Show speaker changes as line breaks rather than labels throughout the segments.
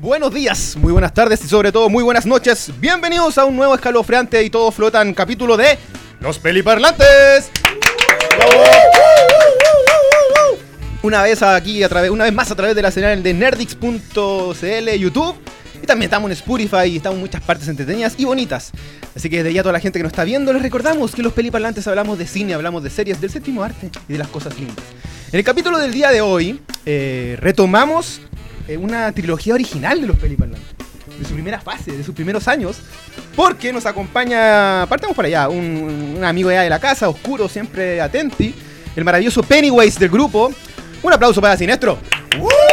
Buenos días, muy buenas tardes y sobre todo muy buenas noches. Bienvenidos a un nuevo escalofriante y todo flotan capítulo de Los Peliparlantes. ¡Bravo! Una vez aquí a través, una vez más a través de la señal de nerdix.cl YouTube. Y también estamos en Spotify y estamos en muchas partes entretenidas y bonitas. Así que desde ya toda la gente que nos está viendo, les recordamos que los peliparlantes hablamos de cine, hablamos de series, del séptimo arte y de las cosas lindas. En el capítulo del día de hoy, eh, retomamos eh, una trilogía original de los peliparlantes. De su primera fase, de sus primeros años. Porque nos acompaña, partamos para allá, un, un amigo ya de la casa, oscuro, siempre atenti. El maravilloso Pennywise del grupo. Un aplauso para Sinestro.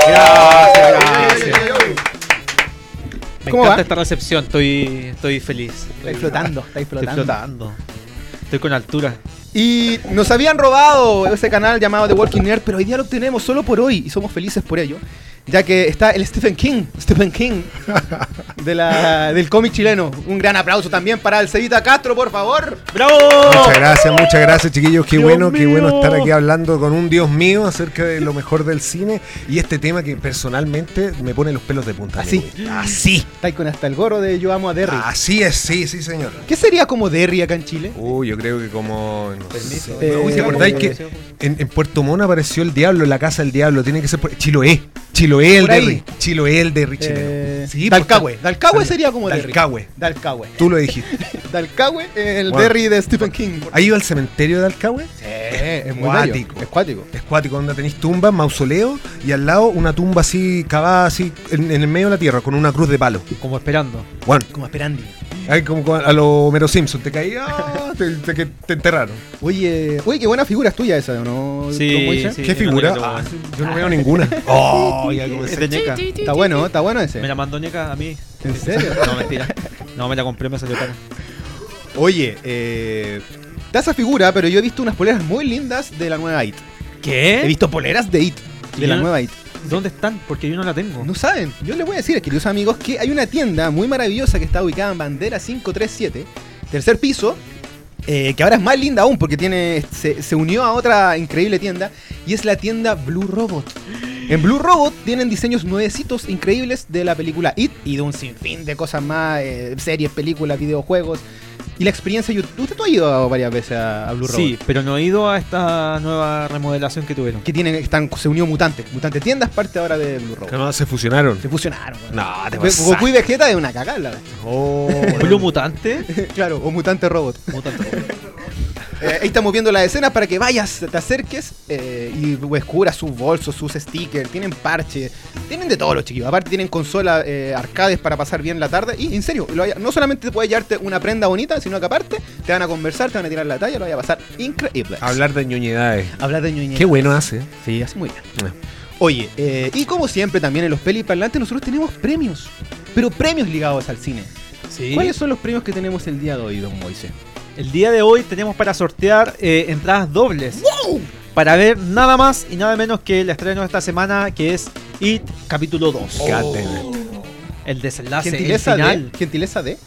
Gracias, gracias.
Me
¿Cómo
encanta
va?
esta recepción, estoy, estoy feliz.
Estáis flotando, estáis
Estoy
flotando.
flotando. Estoy con altura.
Y nos habían robado ese canal llamado The Walking Nerd, pero hoy día lo tenemos solo por hoy y somos felices por ello. Ya que está el Stephen King, Stephen King, de la- del cómic chileno. Un gran aplauso también para el Cevita Castro, por favor.
¡Bravo!
Muchas gracias, muchas gracias chiquillos, qué bueno, qué bueno estar aquí hablando con un Dios mío acerca de lo mejor del cine y este tema que personalmente me pone los pelos de punta.
Así.
amigo. Así.
Está con hasta el gorro de Yo amo a Derry.
Así es, sí, sí señor.
¿Qué sería como Derry acá en Chile?
Uy, yo creo que como... no sé.
Eh,
Uy, ¿se acordáis que en, en Puerto Montt apareció el diablo, la casa del diablo? Tiene que ser por- Chiloé. Chiloé el
Por ahí.
Derry. Chiloé el Derry chileno.
Eh,
Sí, pues,
Dalcahue.
está-
Dalcahue sería como Derry.
Dalcahue.
Dalcahue.
Tú lo dijiste.
Dalcahue, el
Wow.
Derry de Stephen King.
¿Has ido al cementerio de Dalcahue?
Sí, es muy
Cuático.
bello. Es cuático.
Es cuático, donde tenéis tumbas, mausoleo y al lado una tumba así cavada así en, en el medio de la tierra con una cruz de palo.
Como esperando.
Bueno,
Como esperandi.
ahí como con- a los Homero Simpson, te caía, ah, te, te- que te enterraron.
Oye, oye, qué buena figura es tuya esa, ¿no? ¿Cómo dice?
sí,
¿Qué
no,
figura?
yo no-
Ah, yo no veo ninguna. Oh, ya como
Es
se-
de ñeca.
Está bueno, está bueno
Me
ese.
la mandó ñeca a mí.
¿En serio?
No, mentira. No, me la compré, me salió cara.
Oye, eh, está esa figura, pero yo he visto unas poleras muy lindas de la nueva IT. He
¿Qué?
visto poleras de IT, de
¿Y
la
no-
nueva IT.
¿Dónde están? Porque yo no la tengo.
No saben, yo les voy a decir, queridos amigos, que hay una tienda muy maravillosa que está ubicada en Bandera 537, tercer piso, eh, que ahora es más linda aún porque tiene se, se unió a otra increíble tienda y es la tienda Blue Robot. En Blue Robot tienen diseños nuevecitos increíbles de la película It y de un sinfín de cosas más, eh, series, películas, videojuegos. Y la experiencia YouTube. ¿Usted tú ha ido varias veces a, a Blue Robot?
Sí, pero no he ido a esta nueva remodelación que tuvieron.
Que tienen, están, se unió Mutante. Mutante Tiendas parte ahora de Blue
Que
Robot.
no, se fusionaron.
Se fusionaron. weón.
No, te
Ve- Goku y
pasaste.
Vegeta es una cagada. la verdad.
Oh,
¿Blue Mutante?
claro, o mutante robot.
Mutante.
Eh, ahí estamos viendo las escenas para que vayas, te acerques eh, y descubras sus bolsos, sus stickers, tienen parches, tienen de todo los chiquillos. Aparte tienen consola, eh, arcades para pasar bien la tarde. Y en serio, lo vaya- no solamente te puede llevarte una prenda bonita, sino que aparte te van a conversar, te van a tirar la talla, lo vaya a pasar increíble.
hablar de ñoñedades.
Hablar de ñoñez.
Qué bueno hace. ¿eh?
Sí, así muy bien.
Ah.
Oye, eh, y como siempre también en los peliparlantes nosotros tenemos premios, pero premios ligados al cine.
Sí.
¿Cuáles son los premios que tenemos el día de hoy, don Moise?
El día de hoy tenemos para sortear eh, entradas dobles. Para ver nada más y nada menos que el estreno de esta semana, que es It capítulo 2.
God damn it.
El
Ah,
desenlace,
Gentileza
el
de,
final.
gentileza de,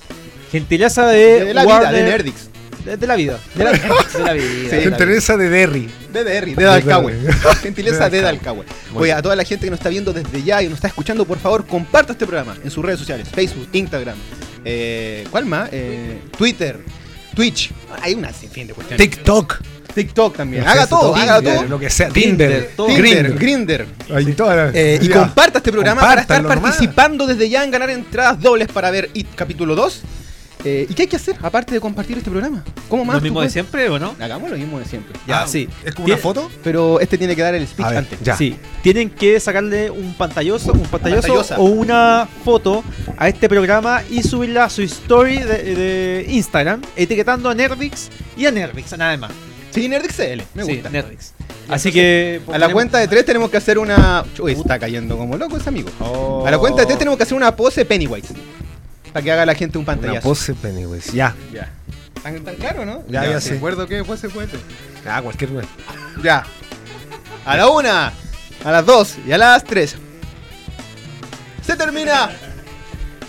Gentileza de,
de la vida, de
Eh, Warner-
Nerdix.
De, de la vida. De la, de la vida.
Sí.
de
Te
la vida.
interesa de Derry.
De Derry, de Dalcahue. Gentileza de
De
Dalcahue.
Muy
Oye,
bien.
a toda la gente que nos está viendo desde ya y nos está escuchando, por favor, comparta este programa en sus redes sociales: Facebook, Instagram, eh, ¿cuál más? Eh, Twitter, Twitch. Hay una sinfín de cuestiones.
TikTok.
TikTok también.
No sé,
Haga todo,
Tinder,
haga todo.
Lo que sea.
Tinder,
Tinder.
todo.
Grinder,
Grinder.
Grinder.
Ahí todas las-
Eh, y
Ya.
comparta este programa para estar
Compártanlo nomás.
participando desde ya en ganar entradas dobles para ver IT capítulo 2. Eh, ¿Y qué hay que hacer aparte de compartir este programa? ¿Cómo más?
¿Lo
tú
mismo de
puedes?
siempre o no?
Hagamos lo mismo de siempre.
pues. Ya,
Ah,
sí.
¿Es como una
Tien-
foto?
Pero este tiene que dar el speech
A ver,
antes.
ya.
Sí, tienen que sacarle un pantallazo, un pantallazo
Pantallosa.
o una foto a este programa y subirla a su story de, de Instagram, etiquetando a Nerdix y a Nerdix, nada más.
Sí, Nerdix CL, me
Sí,
gusta.
Nerdix. Así que.
A la
ponemos-
cuenta de tres tenemos que hacer una. Uy, está cayendo como loco ese amigo.
Oh.
A la cuenta de tres tenemos que hacer una pose Pennywise. Para que haga la gente un
Una
pantallazo.
pose Pennywise. Ya.
Ya. ¿Tan, tan claro, no?
Ya, ya sé.
acuerdo qué pose puede ser.
Ah, cualquier wea.
Ya. A la una, a las dos y a las tres. ¡Se termina!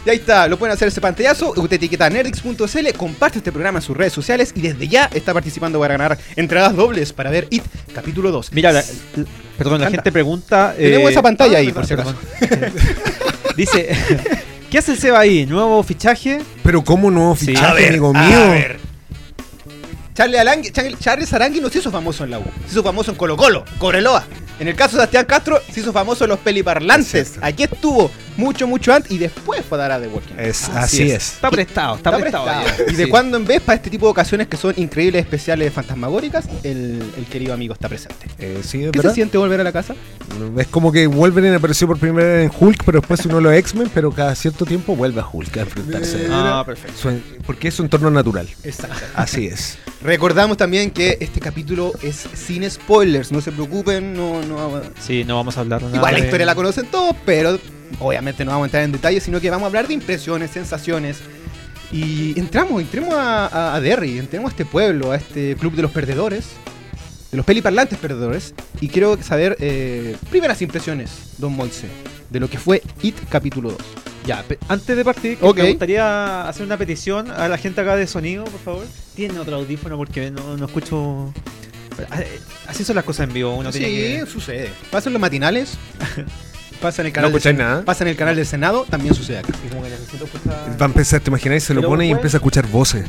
Y ahí está, lo pueden hacer ese pantallazo. Usted etiqueta a nerdix.cl, comparte este programa en sus redes sociales y desde ya está participando para ganar entradas dobles para ver IT capítulo 2.
Mira, la- la- perdón, la
Anda.
gente pregunta. eh,
Tenemos esa pantalla ahí, por si
perdón, perdón. Dice, ¿qué hace el Seba ahí? ¿Nuevo fichaje?
Pero ¿cómo nuevo
Sí.
fichaje,
A
amigo
a
mío?
ver.
Charles, Arangui, Char- Charles Arangui no se hizo famoso en la U, se hizo famoso en Colo Colo, Cobreloa. En el caso de Sebastián Castro, se hizo famoso en los peliparlantes.
Exacto.
Aquí estuvo mucho, mucho antes y después fue a dar a The Walking. Dead.
Es, así es.
Está prestado, está,
Está
prestado.
prestado. Y de
Sí.
cuando en vez, para este tipo de ocasiones que son increíbles, especiales, fantasmagóricas, el, el querido amigo está presente.
Eh, sí, es
¿Qué
verdad.
se siente volver a la casa?
Es como que Wolverine apareció por primera vez en Hulk, pero después uno lo X-Men, pero cada cierto tiempo vuelve a Hulk a enfrentarse.
Ah, perfecto.
Su- Porque es su entorno natural.
Exacto.
Así es.
Recordamos también que este capítulo es sin spoilers, no se preocupen, no, no,
Sí, no vamos a hablar nada.
Igual la
de-
historia la conocen todos, pero obviamente no vamos a entrar en detalle, sino que vamos a hablar de impresiones, sensaciones. Y entramos, entremos a, a- a Derry, entremos a este pueblo, a este club de los perdedores, de los peliparlantes perdedores. Y quiero saber eh, primeras impresiones, don Moise, de lo que fue It capítulo 2.
Ya, pe- antes de partir, que
Ok.
me gustaría hacer una petición a la gente acá de sonido, por favor. Tienen otro audífono porque no, no escucho. Pero, eh, Así son las cosas en vivo, uno tiene que.
sucede. Pasan los matinales, pasa en el canal,
escucháis nada.
pasa en el canal del Senado, también sucede acá.
Sí, como que necesito escuchar-
Va a empezar, te imagináis, se lo
Pero
pone y
después-
empieza a escuchar voces.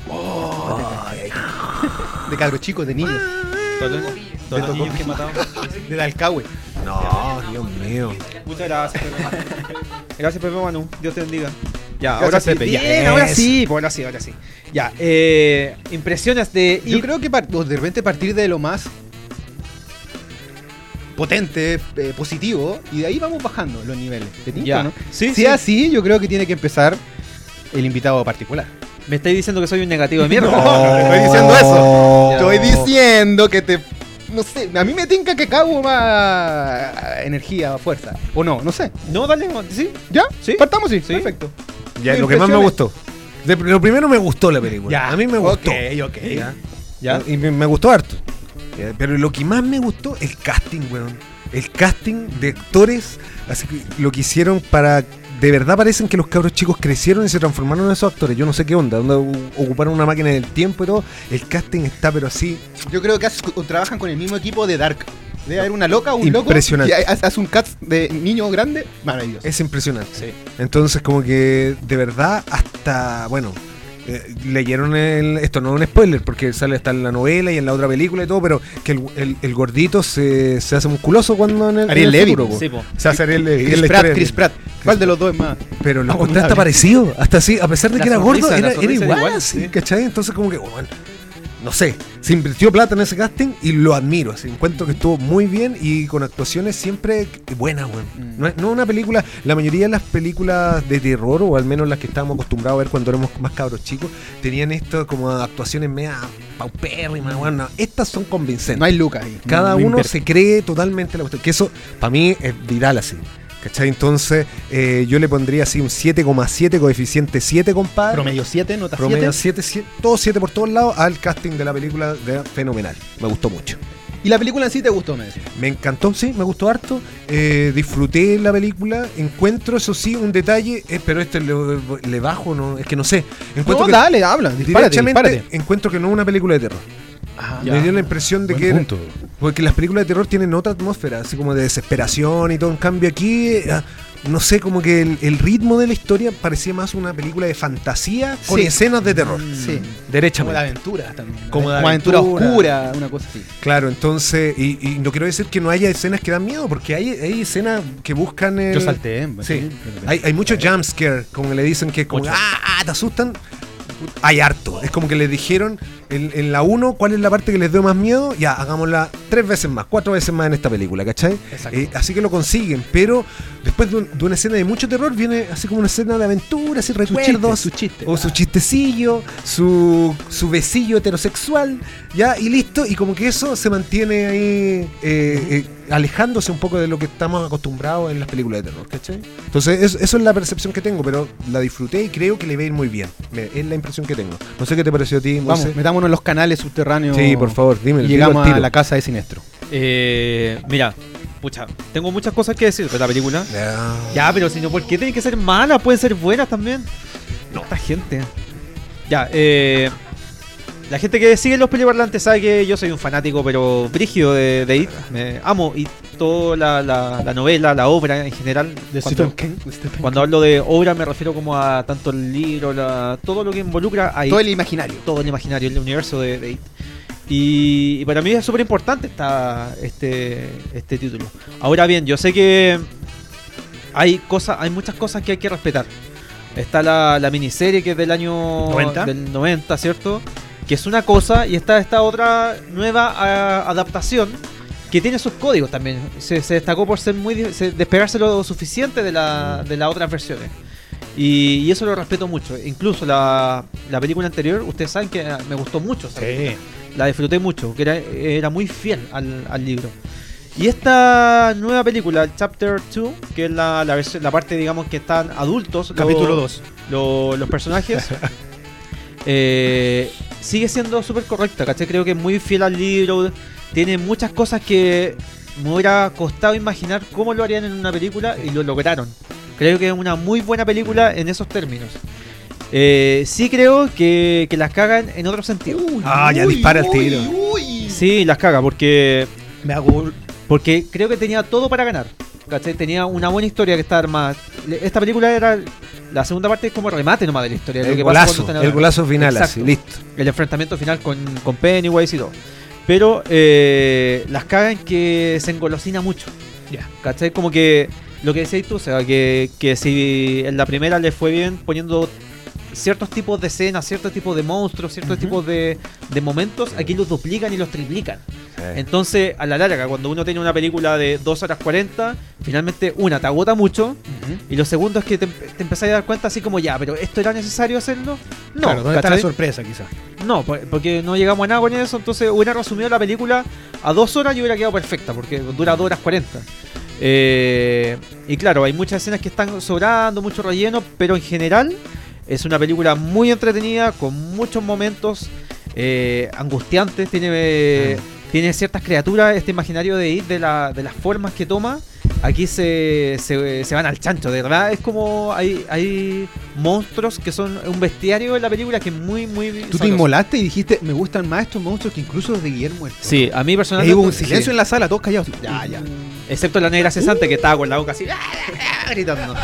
De cabros chicos, de niños,
Todos los- todos los niños que mataban.
de Dalcahue.
No, Dios mío.
Muchas gracias, Pepe. Gracias, Pepe Manu. Dios te bendiga. Ya,
Gracias,
ahora sí.
Pepe, ya.
Bien, ahora
Eso.
sí, pues, ahora sí, ahora sí. Ya, eh, impresiones de.
Yo
It.
creo que par- o de repente partir de lo más potente, eh, positivo, y de ahí vamos bajando los niveles. ¿Te tinca,
Ya.
no?
Sí,
si
sí.
así, yo creo que tiene que empezar el invitado particular.
Me estáis diciendo que soy un negativo de mierda.
No, estoy diciendo
eso.
Estoy diciendo que te... No sé, a mí me tinca que cabo más energía, fuerza. O no, no sé.
No, dale, sí.
¿Ya?
Sí.
Partamos, sí.
Sí.
Perfecto.
Ya,
Muy
lo que más me
impresiones.
gustó. De- lo primero me gustó la película. A mí me gustó.
Ok, ok.
Ya.
Ya.
Y me, me gustó harto. Ya, Pero lo que más me gustó, el casting, weón. El casting de actores, así que lo que hicieron para... De verdad parecen que los cabros chicos crecieron y se transformaron en esos actores. Yo no sé qué onda, onda, u- ocuparon una máquina del tiempo y todo. El casting está pero así
Yo creo que hace- o trabajan con el mismo equipo de Dark. Debe haber una loca, un
Impresionante.
loco. y ha- hace- Hace un cat de niño grande. Maravilloso.
Es impresionante.
Sí.
Entonces, como que de verdad, hasta. Bueno, eh, leyeron el- esto, no es un spoiler, porque sale hasta en la novela y en la otra película y todo, pero que el, el- el gordito se, se hace musculoso cuando en el.
Ariel
en el
Levy,
futuro, po.
Sí, po.
Se hace Ariel Levi. es
Chris
la
Pratt,
historia de-
Chris Pratt. ¿Cuál de los dos es más?
Pero lo encontré
Abundable.
hasta Ah, parecido. Hasta así, a pesar de
La
que era
sonrisa,
gordo,
la
era, era
sonrisa era
igual.
igual,
así,
sí.
¿Cachai? Entonces, como que. bueno, no sé, se invirtió plata en ese casting y lo admiro. Así, encuentro que estuvo muy bien y con actuaciones siempre buenas, weón.
Mm.
No, es- no una película, la mayoría de las películas de terror, o al menos las que estábamos acostumbrados a ver cuando éramos más cabros chicos, tenían esto como actuaciones media paupérrimas, weón. No, estas son convincentes.
No hay lucas ahí.
Cada
No
uno
invierte.
se cree totalmente la cuestión. Que eso, para mí, es viral así. ¿Cachai? Entonces, eh, yo le pondría así un 7,7 coeficiente 7, compadre.
Promedio 7, nota
Promedio
7.
7, 7, todo 7 por todos lados al casting de la película de Fenomenal. Me gustó mucho.
Y la película en sí te gustó, me decís.
Me encantó, sí, me gustó harto. Eh, disfruté la película. Encuentro, eso sí, un detalle, eh, pero este le, le bajo, no, es que no sé. Encuentro
No,
que
dale, habla, dispárate,
directamente
dispárate.
encuentro que no es una película de terror.
Ah,
Ya.
Me dio la impresión de
Buen
que era-
punto.
porque las películas de terror tienen otra atmósfera, así como de desesperación y todo. En cambio aquí, eh, no sé, como que el, el ritmo de la historia parecía más una película de fantasía con
Sí. pues.
escenas de terror.
Sí. Como de
Derechamente.
aventura también.
Mm. Como de
Como aventura
aventura.
oscura, una cosa así.
Claro, entonces, y, y no quiero decir que no haya escenas que dan miedo, porque hay, hay escenas que buscan... el-
eh.
en
Sí, hay, hay mucho jumpscare, como le dicen que es como,
Mucho.
ah, ah, te asustan. Hay harto. Es como que les dijeron en, en la 1 cuál es la parte que les dio más miedo. Ya, hagámosla tres veces más, cuatro veces más en esta película, ¿cachai?
Exacto.
Eh, así que lo consiguen, pero después de, un- de una escena de mucho terror viene así como una escena de aventuras y recuerdos.
chiste, su chiste.
O su chistecillo, su, su besillo heterosexual, ya, y listo. Y como que eso se mantiene ahí eh, eh, alejándose un poco de lo que estamos acostumbrados en las películas de terror, ¿cachai? Entonces, es- eso es la percepción que tengo, pero la disfruté y creo que le va a ir muy bien. Me- es la impresión que tengo. No sé qué te pareció a ti,
Vamos,
Moisés.
metámonos en los canales subterráneos.
Sí, por favor, dime.
Y
dilo al
llegamos
tiro.
a la casa de Sinestro.
Eh, mira, pucha, tengo muchas cosas que decir de la película.
Ya.
Ya, pero si no, ¿por qué tienen que ser malas? Pueden ser buenas también. No. Esta gente. Ya, eh. La gente que sigue los peliparlantes sabe que yo soy un fanático, pero brígido de, de It. Me amo It. impactó la, la- la novela, la obra en general?
De
Cuando-
Stephen King. de Stephen
Cuando hablo de obra me refiero como a tanto el libro, la- todo lo que involucra ahí,
King. Todo el imaginario.
todo el imaginario, el universo de, de It. Y, y para mí es súper importante esta- este, este título. Ahora bien, yo sé que hay cosas, hay muchas cosas que hay que respetar. Está la, la miniserie que es del año
90.
del 90, ¿cierto? Que es una cosa y está esta otra nueva ah, adaptación que tiene sus códigos también. Se, se destacó por ser muy di- se- despegarse lo suficiente de, la, de las otras versiones. Y, y eso lo respeto mucho. Incluso la, la película anterior, ustedes saben que ah, me gustó mucho. esa película. La disfruté mucho, que era, era muy fiel al, al libro. Y esta nueva película, el Chapter 2, que es la, la, vers- la parte, digamos, que están adultos. los-
Capítulo 2.
lo- los personajes. eh, sigue siendo súper correcta, ¿cachai? Creo que es muy fiel al libro. Tiene muchas cosas que me hubiera costado imaginar cómo lo harían en una película y lo lograron. Creo que es una muy buena película en esos términos. Eh, sí creo que, que las cagan en otro sentido.
Ah, ya dispara el tiro.
uy.
Sí, las caga, porque
Me hago.
porque creo que tenía todo para ganar. ¿Cachai? Tenía una buena historia que está armada. Le- Esta película era. La segunda parte es como remate nomás de la historia. lo
El
que pasa cuando
golazo,
están
el golazo final,
Exacto.
así, listo.
el enfrentamiento final con, con Pennywise y todo. Pero eh, las cagan que se engolosina mucho.
Ya.
¿Cachai? Como que lo que decías tú, o sea, que, que si en la primera le fue bien poniendo ciertos tipos de escenas, ciertos tipos de monstruos, ciertos
Ujú.
tipos de, de momentos, aquí los duplican y los triplican. Entonces, a la larga, cuando uno tiene una película de 2 horas 40, finalmente una te agota mucho, y lo segundo es que te, te empezás a dar cuenta así como ya, pero ¿esto era necesario hacerlo? No,
claro, ¿dónde está la
¿cachai?
sorpresa, quizás?
No, por- porque no llegamos a nada con eso, entonces hubiera resumido la película a dos horas y hubiera quedado perfecta, porque dura dos horas 40. Eh, y claro, hay muchas escenas que están sobrando, mucho relleno, pero en general es una película muy entretenida, con muchos momentos eh, angustiantes, tiene, eh, tiene ciertas criaturas, este imaginario de It, de, la- de las formas que toma. Aquí se, se- se van al chancho, de verdad. Es como hay, hay monstruos que son un bestiario en la película que es muy, muy.
Tú te
sabroso.
inmolaste y dijiste, me gustan más estos monstruos que incluso los de Guillermo del Toro".
Sí, a
Y
mí
ahí
personalmente.
hubo un silencio
sí.
en la sala, todos callados. Ya, ya.
Excepto la negra cesante que estaba con la boca así
Uh.
¡ah! gritando.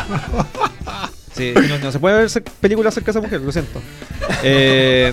Sí, no, no se puede ver se- películas acerca de esa mujer, lo siento. Eh,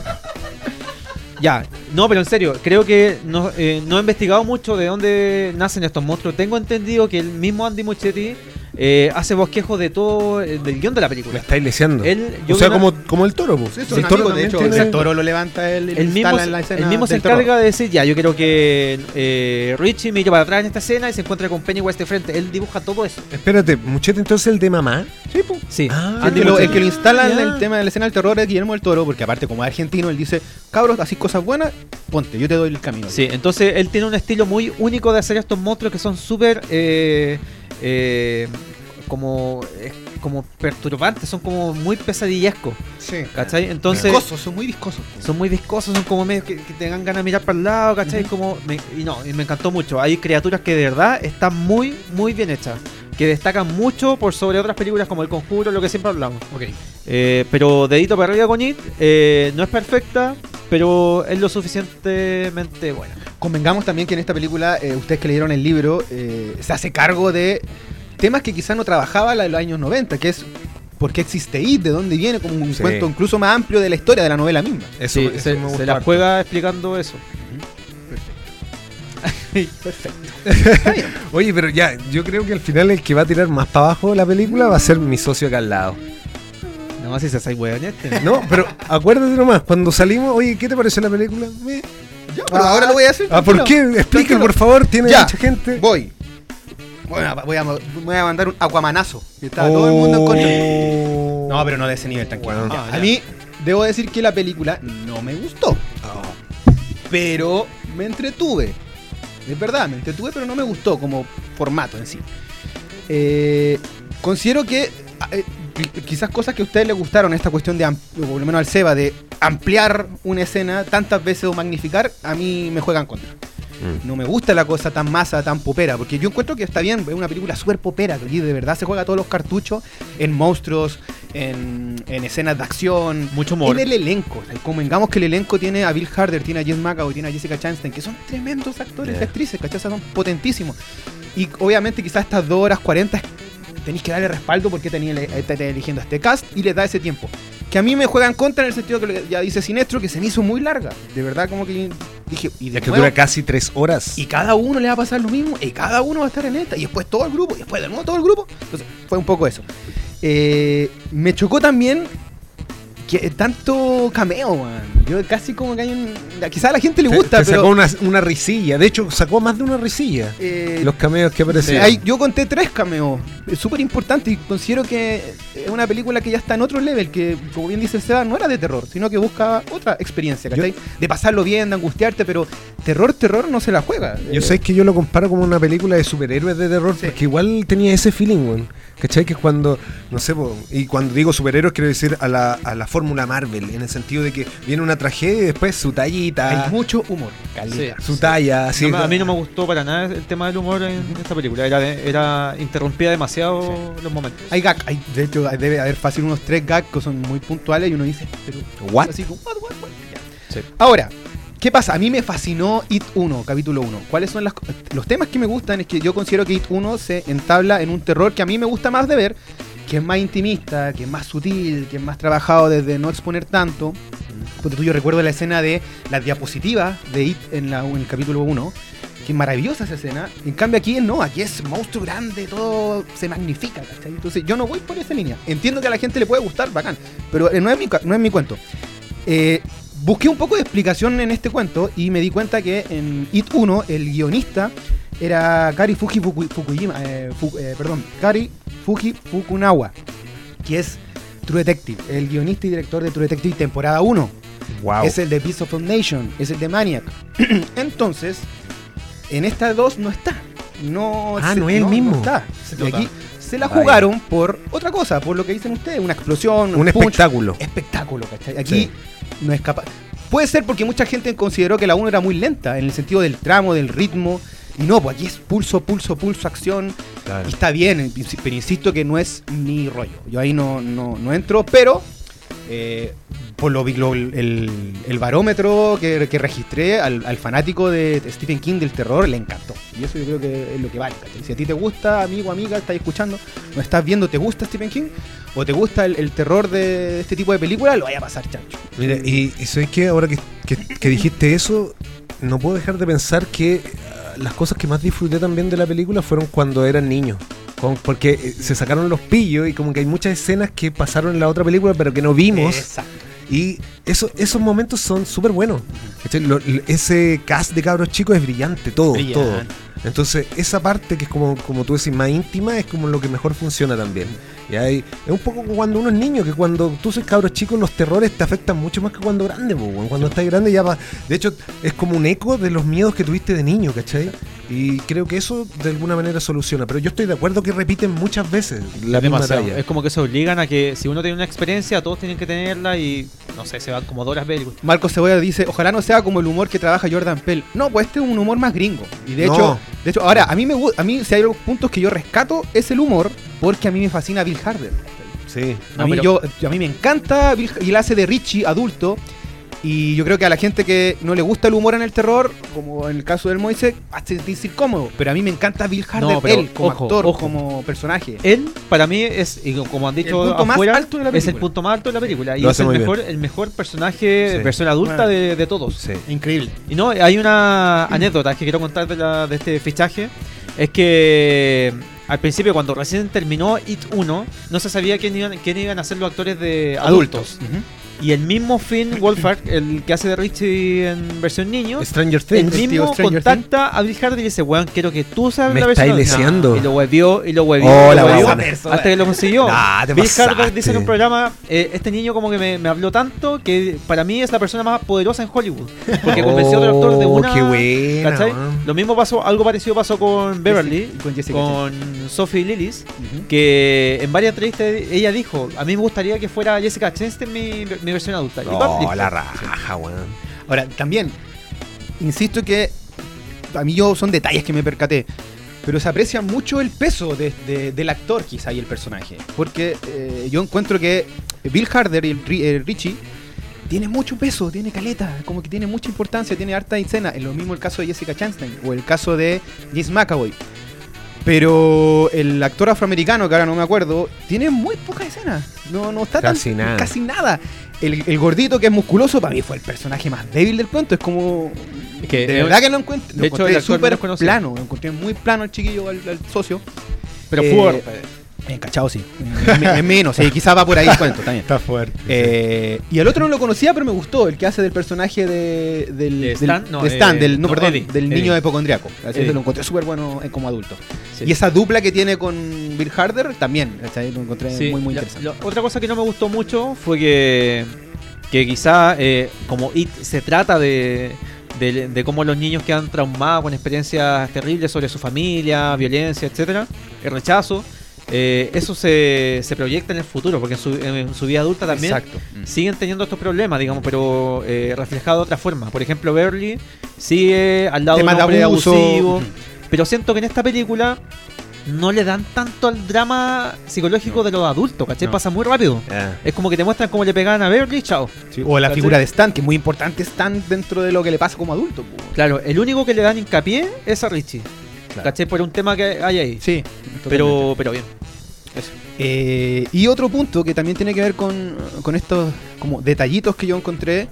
ya, no, pero en serio, creo que no, eh, no he investigado mucho de dónde nacen estos monstruos. Tengo entendido que el mismo Andy Muschietti eh, hace bosquejos de todo, eh, del guión de la
Me
película.
estáis leseando.
Él, yo
o sea,
vi una-
como, como el toro, pues.
Sí, son
el
amigos,
toro
de
también
hecho,
tiene-
el toro lo levanta él y lo
el mismo,
instala en la
el
escena
mismo se
del terror.
encarga de decir, ya, yo quiero que eh, Richie mire para atrás en esta escena y se encuentre con Pennywise de frente. Él dibuja todo eso.
Espérate, Muchete entonces el de mamá.
Sí, po.
Sí.
Ah,
El que, lo, el que lo instala en
Ya.
el tema de la escena del terror es Guillermo del Toro, porque aparte como es argentino, él dice, cabros, así cosas buenas, ponte, yo te doy el camino.
Sí, entonces él tiene un estilo muy único de hacer estos monstruos que son súper eh, eh, como, eh, como perturbantes, son como muy pesadillescos,
sí.
¿cachai? Entonces
Viscosos, son muy viscosos. po.
son muy viscosos, son como medio que, que te dan ganas de mirar para el lado, ¿cachai?
Ujú.
como me- y no, y me encantó mucho. Hay criaturas que de verdad están muy, muy bien hechas, que destacan mucho por sobre otras películas como El Conjuro, lo que siempre hablamos.
Ok.
Eh, pero dedito para arriba con It, eh, no es perfecta, pero es lo suficientemente buena.
Convengamos también que en esta película, eh, ustedes que leyeron el libro, eh, se hace cargo de temas que quizás no trabajaba la de los años 90, que es por qué existe IT, de dónde viene, como un
Sí.
cuento incluso más amplio de la historia de la novela misma.
Eso,
Sí,
eso
se,
me
se
gustó
la
harto.
juega explicando eso.
Oye, pero ya, yo creo que al final el que va a tirar más para abajo la película va a ser mi socio acá al lado.
No, si se hace weón este.
No, pero acuérdate nomás, cuando salimos, oye, ¿qué te pareció la película? Me-
Ya, pero ahora lo voy a decir.
Ah, ¿por qué? Explica, por favor, tiene
Ya.
mucha gente.
Voy. Bueno, voy a, voy a mandar un aguamanazo. que Estaba
Oh.
todo el mundo en contra. No, pero no de ese nivel, tranquilo.
Bueno.
Ya, a mí, debo decir que la película no me gustó. Pero me entretuve. Es verdad, me entretuve, pero no me gustó como formato en sí. Eh, considero que eh, qui- quizás cosas que a ustedes les gustaron, esta cuestión de, am- o por lo menos al Seba, de ampliar una escena tantas veces o magnificar, a mí me juegan contra.
Mm.
No me gusta la cosa tan masa, tan popera, porque yo encuentro que está bien, es una película súper popera, que aquí de verdad se juega todos los cartuchos en monstruos, en, en escenas de acción,
Mucho humor.
en el elenco. O sea, convengamos que el elenco tiene a Bill Harder, tiene a Jess McAvoy, tiene a Jessica Chastain, que son tremendos actores
Yeah.
y actrices, ¿cachai? O sea, Son potentísimos. Y obviamente quizás estas 2 horas 40 tenéis que darle respaldo porque tenía, estáis eligiendo este cast y les da ese tiempo. Que a mí me juegan contra en el sentido que lo que ya dice Sinestro, que se me hizo muy larga. De verdad, como que dije, y de
Ya que
nuevo,
dura casi tres horas.
y cada uno le va a pasar lo mismo, y cada uno va a estar en esta, y después todo el grupo, y después de nuevo todo el grupo. Entonces, fue un poco eso. Eh, me chocó también que tanto cameo, man. Yo casi como que hay un. Quizás a la gente le
Te-
gusta,
te
pero.
sacó una, una risilla. De hecho, sacó más de una risilla.
eh,
Los cameos que
Sí,
aparecieron.
hay- yo conté tres cameos, es súper importante y considero que es una película que ya está en otro level, que como bien dice el Seba, no era de terror, sino que buscaba otra experiencia, ¿cachai? De pasarlo bien, de angustiarte, pero terror, terror no se la juega.
Yo
Eh,
sé que yo lo comparo como una película de superhéroes de terror,
Sí.
porque igual tenía ese feeling, weón. ¿Cachai? Que cuando, no sé, po, y cuando digo superhéroes quiero decir a la, a la fórmula Marvel, en el sentido de que viene una tragedia y después su tallita,
Hay mucho humor. caleta.
Sí.
su talla, así.
No me- a mí no me gustó para nada el tema del humor en esta película. Era, de- era interrumpida demasiado los momentos.
Hay gag, hay, de hecho hay- debe haber fácil unos tres gags que son muy puntuales y uno dice, pero
What?
así como, what, what, what? Ya.
Sí.
Ahora, ¿qué pasa? A mí me fascinó IT 1, capítulo 1. ¿Cuáles son las co- los temas que me gustan? Es que yo considero que IT 1 se entabla en un terror que a mí me gusta más de ver, que es más intimista, que es más sutil, que es más trabajado desde no exponer tanto. Porque tú yo recuerdo la escena de las diapositivas de IT en, la- en el capítulo 1. Que maravillosa esa escena. En cambio aquí no, aquí es monstruo grande, todo se magnifica, ¿cachai? Entonces yo no voy por esa línea. Entiendo que a la gente le puede gustar, bacán. Pero eh, no es mi, ca- no es mi cuento. Eh, busqué un poco de explicación en este cuento y me di cuenta que en IT 1 el guionista era Kari Fuji Fuku- Fukuyima, eh, Fu- eh, perdón, Kari Fuji Fukunawa, que es True Detective, el guionista y director de True Detective temporada 1.
Wow.
Es el de Beast of Foundation, es el de Maniac. Entonces, en esta 2 no está. No,
Ah, no es el mismo.
está.
Se
y
nota.
aquí se la
Vaya.
jugaron por otra cosa, por lo que dicen ustedes, una explosión,
un
punch,
espectáculo.
espectáculo, ¿cachai? Aquí
Sí.
no es capaz. Puede ser porque mucha gente consideró que la 1 era muy lenta, en el sentido del tramo, del ritmo. Y no, pues aquí es pulso, pulso, pulso, acción. Y está bien, insi- pero insisto que no es mi rollo. Yo ahí no, no, no entro, pero eh, por lo, lo- el, el barómetro que, que registré al, al fanático de Stephen King del terror le encantó. Y eso yo creo que es lo que vale. ¿cachai? Si a ti te gusta, amigo, amiga, estás escuchando, no estás viendo, ¿te gusta Stephen King? ¿O te gusta el, el terror de este tipo de películas? Lo vaya a pasar, chancho.
Mira, y, y ¿sabes qué? Ahora que, que- que dijiste eso, no puedo dejar de pensar que eh, las cosas que más disfruté también de la película fueron cuando eran niños. Con- porque eh, se sacaron los pillos y como que hay muchas escenas que pasaron en la otra película pero que no vimos.
Exacto.
Y eso, esos momentos son súper buenos. ¿Cachai? Lo- l- ese cast de cabros chicos es brillante, todo,
Brillante.
todo. Entonces, esa parte que es como, como tú decís, más íntima, es como lo que mejor funciona también. Y hay, es un poco como cuando uno es niño, que cuando tú sois cabros chicos, los terrores te afectan mucho más que cuando grande, po, weón. Cuando estás grande ya va. De hecho, es como un eco de los miedos que tuviste de niño, ¿cachai? Y creo que eso de alguna manera soluciona. Pero yo estoy de acuerdo que repiten muchas veces la misma
Demasiado.
talla.
Es como que se obligan a que si uno tiene una experiencia, todos tienen que tenerla y no sé, se van como dos horas películas.
Marco Cebolla dice, ojalá no sea como el humor que trabaja Jordan Pell. No, pues este es un humor más gringo. Y de
No.
hecho, de hecho, ahora, a mí me gu- a mí si hay algunos puntos que yo rescato es el humor, porque a mí me fascina Bill Harder.
Sí.
a,
No,
mí
pero-
yo, a mí me encanta Bill- y la hace de Richie adulto. Y yo creo que a la gente que no le gusta el humor en el terror, como en el caso del Moise, hace sentirse incómodo. Pero a mí me encanta Bill Harder,
pero
él, como
ojo,
actor,
ojo.
como personaje.
Él, para mí, es, y como han dicho
El punto más
afuera,
alto de la
es el
película.
punto más alto de la película. Y
Lo
es
hace
el
muy
mejor, el mejor personaje,
Sí.
persona adulta
Bueno.
de, de todos.
Sí.
Increíble.
Y no, hay una anécdota que quiero contar de, la- de este fichaje. Es que eh, al principio, cuando recién terminó IT 1, no se sabía quién iban, quién iban a ser los actores de adultos. Y el mismo Finn Wolfhard, el que hace de Richie en versión niño,
Stranger
el
Things.
Things,
mismo
tío, Stranger
contacta a Bill Harder y dice, weón, quiero que tú seas
Me
la
estáis
versión
leseando.
Y lo huevió, y lo huevió,
Oh,
y
la
lo huevió,
huevona.
hasta que lo consiguió.
Nah, te
Bill
pasaste.
Harder dice en un programa, eh, este niño como que me, me habló tanto que para mí es la persona más poderosa en Hollywood. Porque convenció al actor de
Oh,
una...
qué buena,
¿cachai?
man.
Lo mismo pasó, algo parecido pasó con Beverly,
Jessica- con Jessica
con Sophie Lillis,
Ujú.
que en varias entrevistas ella dijo, a mí me gustaría que fuera Jessica Chastain mi, mi versión adulta. Y pam,
No,
listo.
la raja, weón.
Ahora, también, insisto que a mí yo son detalles que me percaté, pero se aprecia mucho el peso de- de- del actor quizá y el personaje, porque eh, yo encuentro que Bill Harder y el Ri- eh, Richie tiene mucho peso, tiene caleta, como que tiene mucha importancia, tiene harta escena. Es lo mismo el caso de Jessica Chastain o el caso de James McAvoy. Pero el actor afroamericano, que ahora no me acuerdo, tiene muy pocas escenas. No, no está
Casi
tan,
nada.
Casi nada. El, el gordito que es musculoso, para mí fue el personaje más débil del cuento. Es como.
Es que,
de
eh,
verdad que no encuentro. Lo
de hecho,
encontré
el actor
súper
menos conocido.
plano. Lo encontré muy plano al chiquillo, al, al socio.
Pero
eh,
fuerte.
Eh, cachado, sí. Es es menos, sí, quizás va por ahí el cuento también.
Está fuerte.
Eh, y el otro no lo conocía, pero me gustó, el que hace del personaje de, del,
De
del-
Stan, no,
de Stan,
eh,
del, no,
no,
perdón,
Eddie,
del
Eddie.
niño hipocondriaco. Así que
Eddie.
lo encontré súper bueno eh, como adulto.
Sí.
Y esa dupla que tiene con Bill Harder también, ¿cachai? lo encontré
Sí,
muy, muy
la-
interesante.
la otra cosa que no me gustó mucho fue que, que quizá eh, como IT se trata de, de, de cómo los niños quedan traumados con experiencias terribles sobre su familia, violencia, etcétera, el rechazo, eh, eso se, se proyecta en el futuro, porque en su, en su vida adulta también
Exacto.
siguen teniendo estos problemas, digamos, pero eh, reflejado de otra forma. Por ejemplo, Beverly sigue al lado de un
Temas de
hombre
abuso.
abusivo,
Ujú.
pero siento que en esta película no le dan tanto al drama psicológico de los adultos, ¿cachai?
No.
Pasa muy rápido. Es como que te muestran cómo le pegaban a Beverly, chao.
O la
Ah. ¿Cachai?
figura de Stan, que es muy importante Stan dentro de lo que le pasa como adulto. pues. po.
Claro, el único que le dan hincapié es a Richie.
Claro.
¿Cachai? Por un tema que hay ahí.
Sí, pero
pero, pero bien.
Eh, y otro punto que también tiene que ver con, con estos como detallitos que yo encontré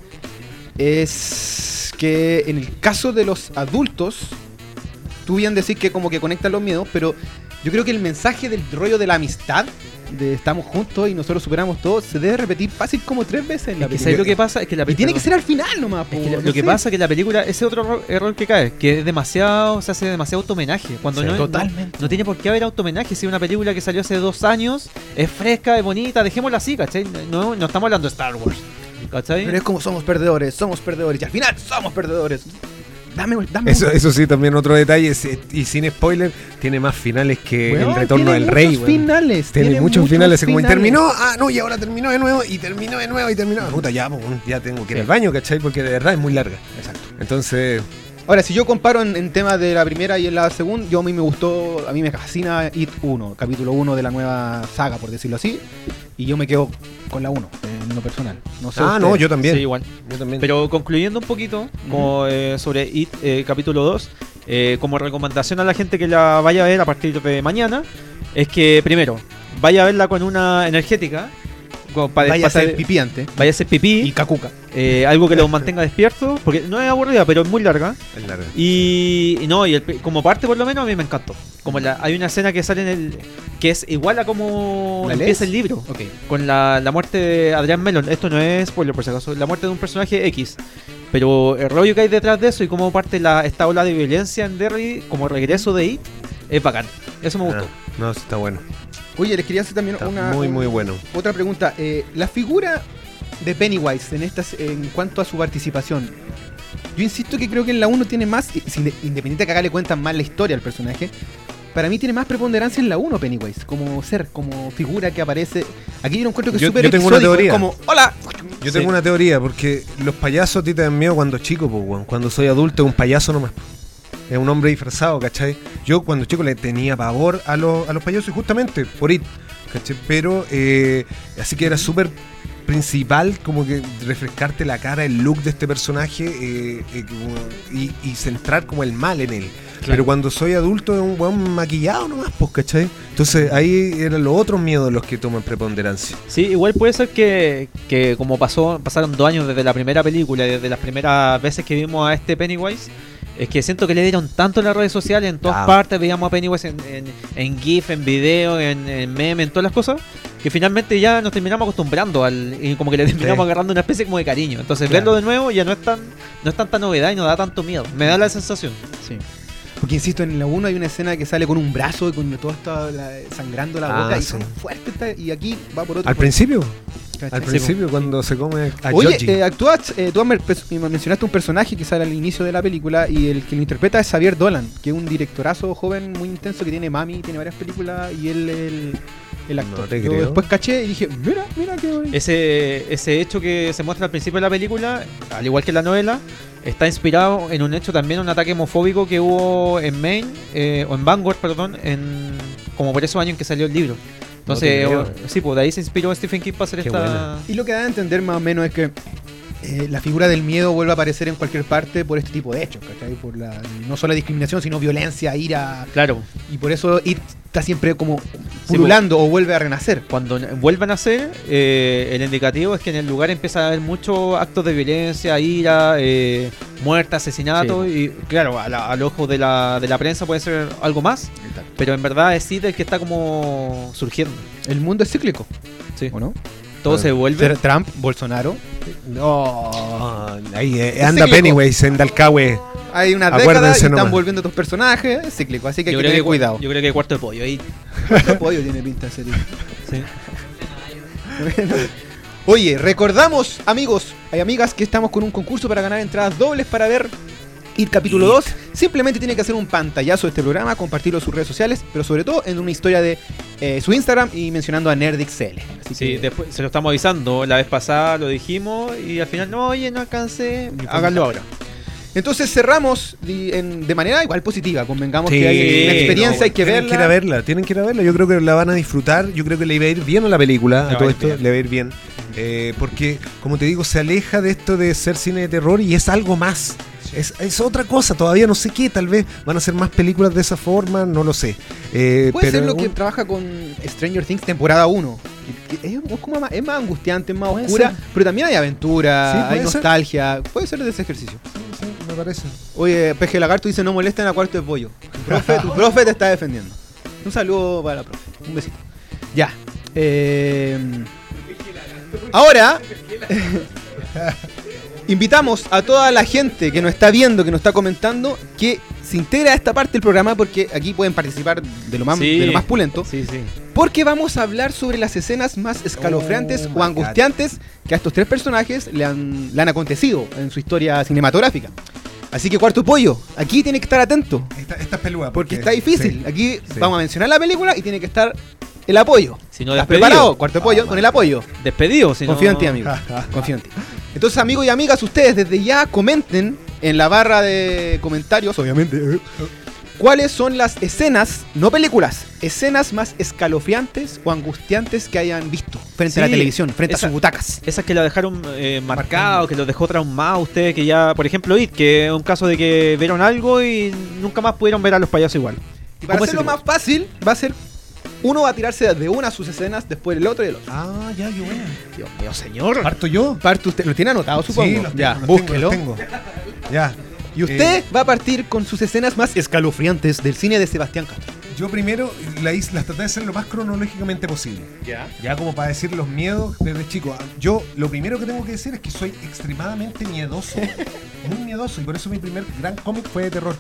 es que en el caso de los adultos, tú bien decís que como que conectan los miedos, pero yo creo que el mensaje del rollo de la amistad, de estamos juntos y nosotros superamos todo, se debe repetir fácil como tres veces en la
Es que,
película.
¿sabes lo que pasa? Es que la
y tiene que
perdón.
ser al final nomás.
Es
po,
que lo,
no
lo que
sé.
pasa es que la película, ese otro error, error que cae, que es demasiado, se hace demasiado automenaje. Cuando
Sí,
no,
totalmente.
no, no tiene por qué haber automenaje. Si es una película que salió hace dos años, es fresca, es bonita, dejémosla así, ¿cachai? No, no estamos hablando de Star Wars, ¿cachai?
Pero es como somos perdedores, somos perdedores y al final somos perdedores. Dame, dame
Eso, eso sí, también otro detalle, se- y sin spoiler, tiene más finales que
Weón,
El Retorno
tiene
del Rey.
muchos
weón.
finales,
Tiene, muchos finales, como y
finales.
terminó, ah, no, y ahora terminó de nuevo, y terminó de nuevo, y terminó. Puta, ya, pues, ya tengo que ir al baño, ¿cachai? Porque de verdad es muy larga.
Exacto.
Entonces,
Ahora, si yo comparo en, en tema de la primera y en la segunda, yo a mí me gustó, a mí me fascina It 1, capítulo 1 de la nueva saga, por decirlo así, y yo me quedo con la 1, en lo personal. No sé
ah,
ustedes.
no, yo también.
Sí, igual.
Yo también.
Pero concluyendo un poquito como, eh, sobre IT eh, capítulo 2, eh, como recomendación a la gente que la vaya a ver a partir de mañana, es que primero, vaya a verla con una energética, con- para
Vaya a
pasar-
ser pipí antes.
vaya a hacer pipí.
Y Kakuka.
Eh, algo que los mantenga despiertos, porque no es aburrida, pero es muy larga.
Es larga.
Y, y no, y el pe- como parte por lo menos a mí me encantó. Como la, hay una escena que sale en el que es igual a como
¿La lees?
empieza el libro,
Ok.
con la, la muerte de Adrián Melon. Esto no es spoiler por si acaso, la muerte de un personaje X. Pero el rollo que hay detrás de eso y cómo parte la, esta ola de violencia en Derry como regreso de It es bacán. Eso me gustó.
Ah, no, sí, está bueno.
Oye, les quería hacer también
Está
una,
muy,
un-
muy bueno.
otra pregunta. Eh, la figura de Pennywise en, estas, en cuanto a su participación, yo insisto que creo que en la 1 tiene más, y- sin- independiente de que acá le cuentan más la historia al personaje, para mí tiene más preponderancia en la 1 Pennywise, como ser, como figura que aparece. Aquí yo lo encuentro que es
Yo-
súper
yo tengo una
episódico,
teoría.
como, hola,
Yo tengo
Sí.
una teoría, porque los payasos a ti te dan miedo cuando chico, pues, weón. Cuando soy adulto es un payaso nomás. po. Es un hombre disfrazado, ¿cachai? Yo cuando chico le tenía pavor a los, a los payasos y justamente por it, ¿cachai? Pero, eh, así que era súper principal como que refrescarte la cara, el look de este personaje eh, eh, como- y, y centrar como el mal en él. Pero cuando soy adulto es un weón maquillado nomás, pues, ¿cachai? Entonces ahí eran los otros miedos los que toman preponderancia.
Sí, igual puede ser que, que como pasó, pasaron dos años desde la primera película, y desde las primeras veces que vimos a este Pennywise, es que siento que le dieron tanto en las redes sociales, en todas
Ah.
partes veíamos a Pennywise en, en, en GIF, en video, en, en meme, en todas las cosas, que finalmente ya nos terminamos acostumbrando al, y como que le terminamos agarrando una especie como de cariño. Entonces
Claro.
verlo de nuevo ya no es tan, no es tanta novedad y no da tanto miedo. Me da la sensación.
Porque insisto, en la 1 hay una escena que sale con un brazo y con todo está la- sangrando la
Ah,
boca y
sí.
fuerte está, y aquí va por otro.
Al
por-
principio,
¿cachai?
Al principio, cuando se come a
Este Oye,
Georgie.
eh, actúas, eh, tú me- me mencionaste un personaje que sale al inicio de la película y el que lo interpreta es Xavier Dolan, que es un directorazo joven muy intenso que tiene Mami, tiene varias películas y él el, el actor.
No te
Yo
creo.
después caché y dije, mira, mira qué bonito.
Ese, ese hecho que se muestra al principio de la película, al igual que en la novela, está inspirado en un hecho también, un ataque homofóbico que hubo en Maine, eh, o en Bangor, perdón, en, como por esos años en que salió el libro.
No te
Entonces,
creo.
o- sí, pues de ahí se inspiró Stephen King para hacer
Qué
esta...
buena.
Y lo que da a entender más o menos es que eh, la figura del miedo vuelve a aparecer en cualquier parte por este tipo de hechos, ¿cachai? Por la, no solo discriminación, sino violencia, ira.
Claro,
Y por eso It está siempre como pululando o vuelve a renacer.
cuando n- vuelvan a ser, eh, el indicativo es que en el lugar empieza a haber muchos actos de violencia, ira, eh, muerte, asesinato. Y claro, a la- al ojo de la, de la prensa puede ser algo más, pero en verdad es Sid el que está como surgiendo.
El mundo es cíclico,
Sí.
¿o no?
Todo se vuelve.
Ser Trump, Bolsonaro.
No, ahí eh, anda
cíclico.
Pennywise en Dalcahue.
Hay una década y
Acuérdense
están
nomás.
volviendo estos personajes, es cíclico, así que hay que tener cuidado.
Yo creo que cuarto de pollo. Ahí.
Cuarto pollo tiene pinta de ser. Bueno. Oye, recordamos, amigos y amigas, que estamos con un concurso para ganar entradas dobles para ver It capítulo 2. Simplemente tiene que hacer un pantallazo de este programa, compartirlo en sus redes sociales, pero sobre todo en una historia de eh, su Instagram y mencionando a NerdXL. Así
Sí,
que-
después se lo estamos avisando. La vez pasada lo dijimos y al final, no, oye, no alcancé.
Ni fue
Háganlo ahora.
Entonces cerramos di- en- de manera igual positiva, convengamos
Sí,
que hay una experiencia,
no,
hay que
tienen
verla.
que ir a verla, tienen que ir a verla. Yo creo que la van a disfrutar. Yo creo que le iba a ir bien a la película.
Le
a
va
todo
a ir
esto
bien.
le va a ir bien. Eh, porque, como te digo, se aleja de esto de ser cine de terror y es algo más. Es, es otra cosa, todavía no sé qué. Tal vez van a ser más películas de esa forma, no lo sé. Eh,
Puede ser
pero
lo que
un-
trabaja con Stranger Things temporada 1. que- que Es, como más, es más angustiante, es más
Puede
oscura,
ser.
pero también hay aventura,
Sí, puede
hay
ser.
nostalgia. Puede ser de ese ejercicio.
Sí, sí, me parece.
Oye, Peje Lagarto dice no molesten a cuarto de pollo. Tu profe, tu profe te está defendiendo. Un saludo para la profe. Un besito. Ya. Eh, ahora invitamos a toda la gente que nos está viendo, que nos está comentando, que se integra a esta parte del programa porque aquí pueden participar de lo más,
Sí.
de lo más pulento.
Sí, sí.
Porque vamos a hablar sobre las escenas más escalofriantes
Oh,
o
my
angustiantes que a estos tres personajes le han, le han acontecido en su historia cinematográfica. Así que cuarto pollo, aquí tiene que estar atento,
Esta, esta es peluda.
porque está difícil.
sí.
Aquí vamos a mencionar la película y tiene que estar el apoyo.
Si no,
¿Estás
despedido. Ah,
preparado? Cuarto
Ah,
pollo, con el apoyo.
Despedido, si no-
Confío en ti, amigo. Confío en ti. Entonces, amigos y amigas, ustedes desde ya comenten en la barra de comentarios, obviamente, eh, cuáles son las escenas, no películas, escenas más escalofriantes o angustiantes que hayan visto frente a la
Sí,
televisión, frente
esa-
a sus butacas.
Esas que la dejaron eh, marcada
Marcando.
o que los dejó traumado usted, que ya, por ejemplo, It, que es un caso de que vieron algo y nunca más pudieron ver a los payasos igual.
Y para
¿Cómo es
hacerlo
el-
más fácil, va a ser uno va a tirarse de una a sus escenas, después el otro y el otro.
Ah, ya, yo bueno.
Dios mío, señor.
¿Parto yo?
Parte usted, lo tiene anotado,
Sí,
supongo.
los
ya,
tengo, los
búsquelo.
tengo, los tengo. Ya.
Y usted
Eh,
va a partir con sus escenas más escalofriantes del cine de Sebastián Castro.
yo primero la hice- las traté de hacer lo más cronológicamente posible.
Ya.
Ya como para decir los miedos desde chico. Ah, Yo lo primero que tengo que decir es que soy extremadamente miedoso. muy miedoso. Y por eso mi primer gran cómic fue de terror.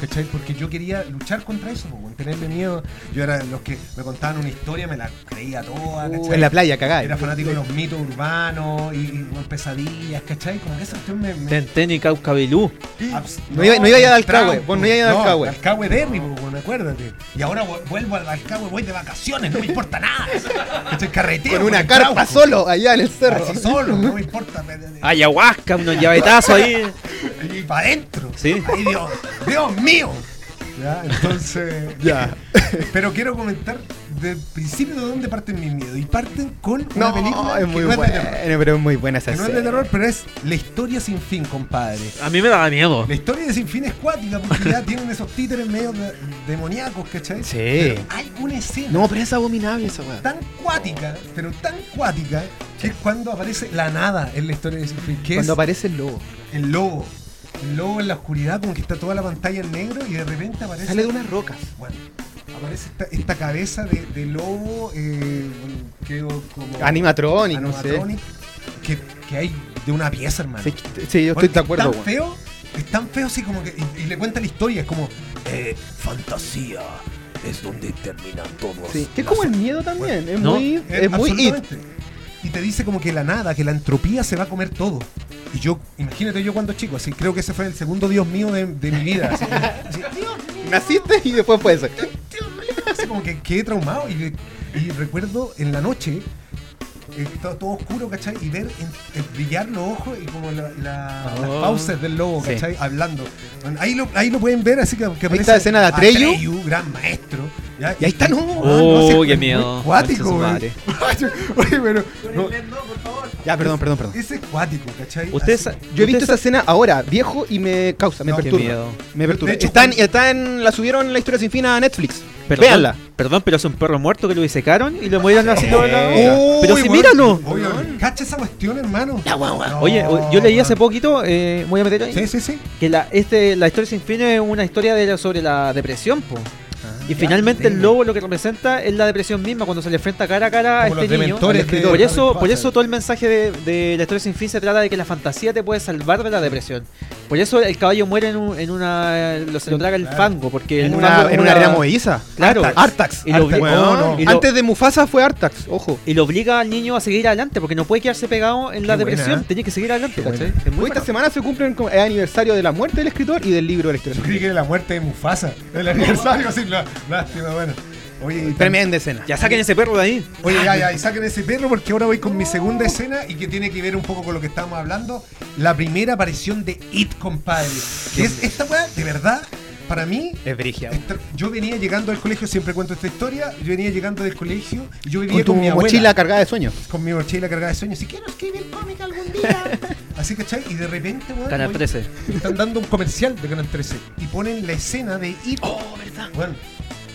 ¿Cachai? Porque yo quería luchar contra eso, po, tenerle miedo. Yo era de los que me contaban una historia, me la creía toda. Ah, ¿cachai?
Uh, en la playa, cagá.
Era fanático de los mitos urbanos y, y bueno, pesadillas, ¿cachai? Como que esa cuestión me... me-
Tenten y Caucabilú.
abs-
No iba- no iba a ir al
Trump,
Alcahue, vos no ibas a ir al
no,
Alcahue.
Alcahue Derry, po, bueno, acuérdate. Y ahora vu- vuelvo al Alcahue, voy de vacaciones, no me importa nada. Estoy carretero.
Con
por
una
el
carpa
Trauco.
solo allá en el cerro.
Así solo, no me importa. me- me-
Ayahuasca, unos llavetazos ahí.
Y para adentro.
Sí.
Ay, Dios, Dios mío. Ya, entonces.
Ya.
Pero quiero comentar del principio de dónde parten mis miedos. Y parten con una
No,
película
es
que
muy
no es de
buena,
terror.
pero es muy buena esa
Que no es de
escena.
terror, pero es la historia sin fin, compadre.
A mí me daba miedo.
La historia de Sin Fin es cuática porque ya tienen esos títeres medio de- demoníacos, ¿cachai?
Sí.
Pero hay una escena
No, pero es abominable esa weá.
tan cuática, pero tan cuática, que es cuando aparece la nada en la historia de Sin Fin, que
Cuando
es
aparece el lobo.
el lobo. El lobo en la oscuridad, como que está toda la pantalla en negro y de repente aparece.
Sale de unas rocas.
Bueno, aparece esta, esta cabeza de, de lobo, eh, creo como.
Animatronic, no sé.
animatronic, que, que hay de una pieza, hermano.
Sí, sí, yo estoy
Bueno,
de acuerdo,
Es
weón.
tan feo, es tan feo así como que. Y, y le cuenta la historia, es como. eh, fantasía es donde terminan todos.
Sí, Que es
las-
como el miedo también. Es
No,
muy.
Eh,
Es muy it.
absolutamente. Y te dice como que la nada, que la entropía se va a comer todo. Y yo, imagínate yo cuando chico, así creo que ese fue el segundo Dios mío de, de mi vida. Así, así, Dios mío,
Naciste y después fue eso.
Dios mío, así como que quedé traumado. Y, y recuerdo en la noche, eh, todo, todo oscuro, ¿cachai? Y ver en- en brillar los ojos y como la- la- las
Oh.
pausas del lobo,
Sí.
¿cachai? Hablando. Bueno, Ahí lo, ahí lo pueden ver, así que, que
está la escena de Atreyu.
gran maestro. Ya,
Y ahí está, no.
Oh,
ah, no, sí.
qué miedo.
Cuático,
Concha
güey. Oye, pero. no,
Ya, perdón, perdón, perdón.
ese es cuático, ¿cachai?
Ustedes,
Así-
Yo he visto
ustedes-
esa escena ahora, viejo, y me causa, me
No, qué
Qué
perturba.
miedo.
Me perturba.
De hecho,
Está en-
Juan-
está en- la subieron en la historia sin fin a Netflix.
Perdón,
Véanla.
Perdón, pero es un perro muerto que lo disecaron y lo movieron así toda la
Eh.
boca. Pero
Uy,
si
weón.
míralo.
Oye, weón, cacha esa cuestión, hermano. La guagua.
Oye, o- yo leí hace poquito, eh, voy a meter ahí,
Sí, sí, sí.
que la, este, la historia sin fin es una historia de la- sobre la depresión, po. Y finalmente
Ah,
el lobo lo que representa es la depresión misma cuando se le enfrenta cara a cara a
Como
este
los
niño.
dementores
Por
de
eso- Por
Harry
eso, por
Potter.
eso todo el mensaje de, de la historia sin fin se trata de que la fantasía te puede salvar de la depresión. Por eso el caballo muere en, un- en una. Lo, se lo traga el
Claro.
fango, porque
En
el
una,
fango
en
es
una arena movediza.
Claro.
Artax.
Y lo
Artax,
obli-
weón.
no, no. Y lo-
Antes de Mufasa fue Artax, ojo.
Y lo obliga al niño a seguir adelante, porque no puede quedarse pegado en la
buena,
depresión,
¿eh?
tiene que seguir adelante,
Qué buena.
¿cachai? Es muy
Hoy esta semana se cumple el, el aniversario de la muerte del escritor y del libro de la historia.
Yo
sin
creí
fin.
que era la muerte de Mufasa. El aniversario, así, la- lástima, bueno. Oye, y-
Tremenda escena.
Ya saquen ese perro de ahí.
Oye, ya, ya, y saquen ese perro porque ahora voy con mi segunda escena y que tiene que ver un poco con lo que estábamos hablando. La primera aparición de It, compadre. Que es esta weá, de verdad, para mí.
Es brigia.
esta- Yo venía llegando al colegio, siempre cuento esta historia. Yo venía llegando del colegio y yo vivía
Con
con,
tu
mi abuela.
mochila cargada de sueños.
Con mi mochila cargada de sueños. Si quiero escribir cómica algún día. Así, ¿cachai? Y de repente, weón.
Canal
voy-
13.
están dando un comercial de Canal 13 y ponen la escena de It. Bueno,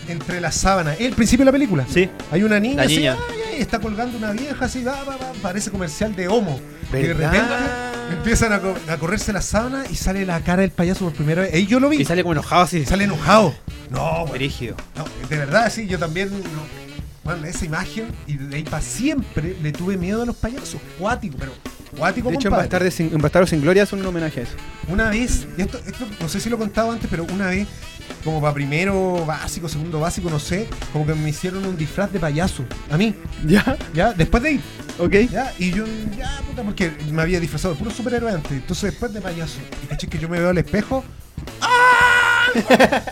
entre las sábanas. El principio de la película.
Sí.
Hay una niña.
La
así,
niña.
ay, ay, está colgando una vieja así. Va, va, va, parece comercial de Homo. Y de
¿Verdad?
repente empiezan a, co- a correrse las sábanas y sale la cara del payaso por primera vez. Ahí yo lo vi.
Y
Sale,
sale como enojado así.
enojado. No, bueno,
Brígido.
no, de verdad, sí, yo también. no. Bueno, esa imagen y de ahí para siempre le tuve miedo a los payasos. Cuático, pero. Cuático,
De hecho, en
compadre.
Bastardos sin, en Bastardos sin Gloria es un homenaje a eso.
Una vez, y esto, esto no sé si lo he contado antes, pero una vez, como para primero básico, segundo básico, no sé, como que me hicieron un disfraz de payaso. A mí,
¿Ya?
ya, después de ir,
¿Ok?
ya, y yo, ya, puta, porque me había disfrazado de puro superhéroe antes, entonces después de payaso. Y caché que yo me veo al espejo. ¡ah!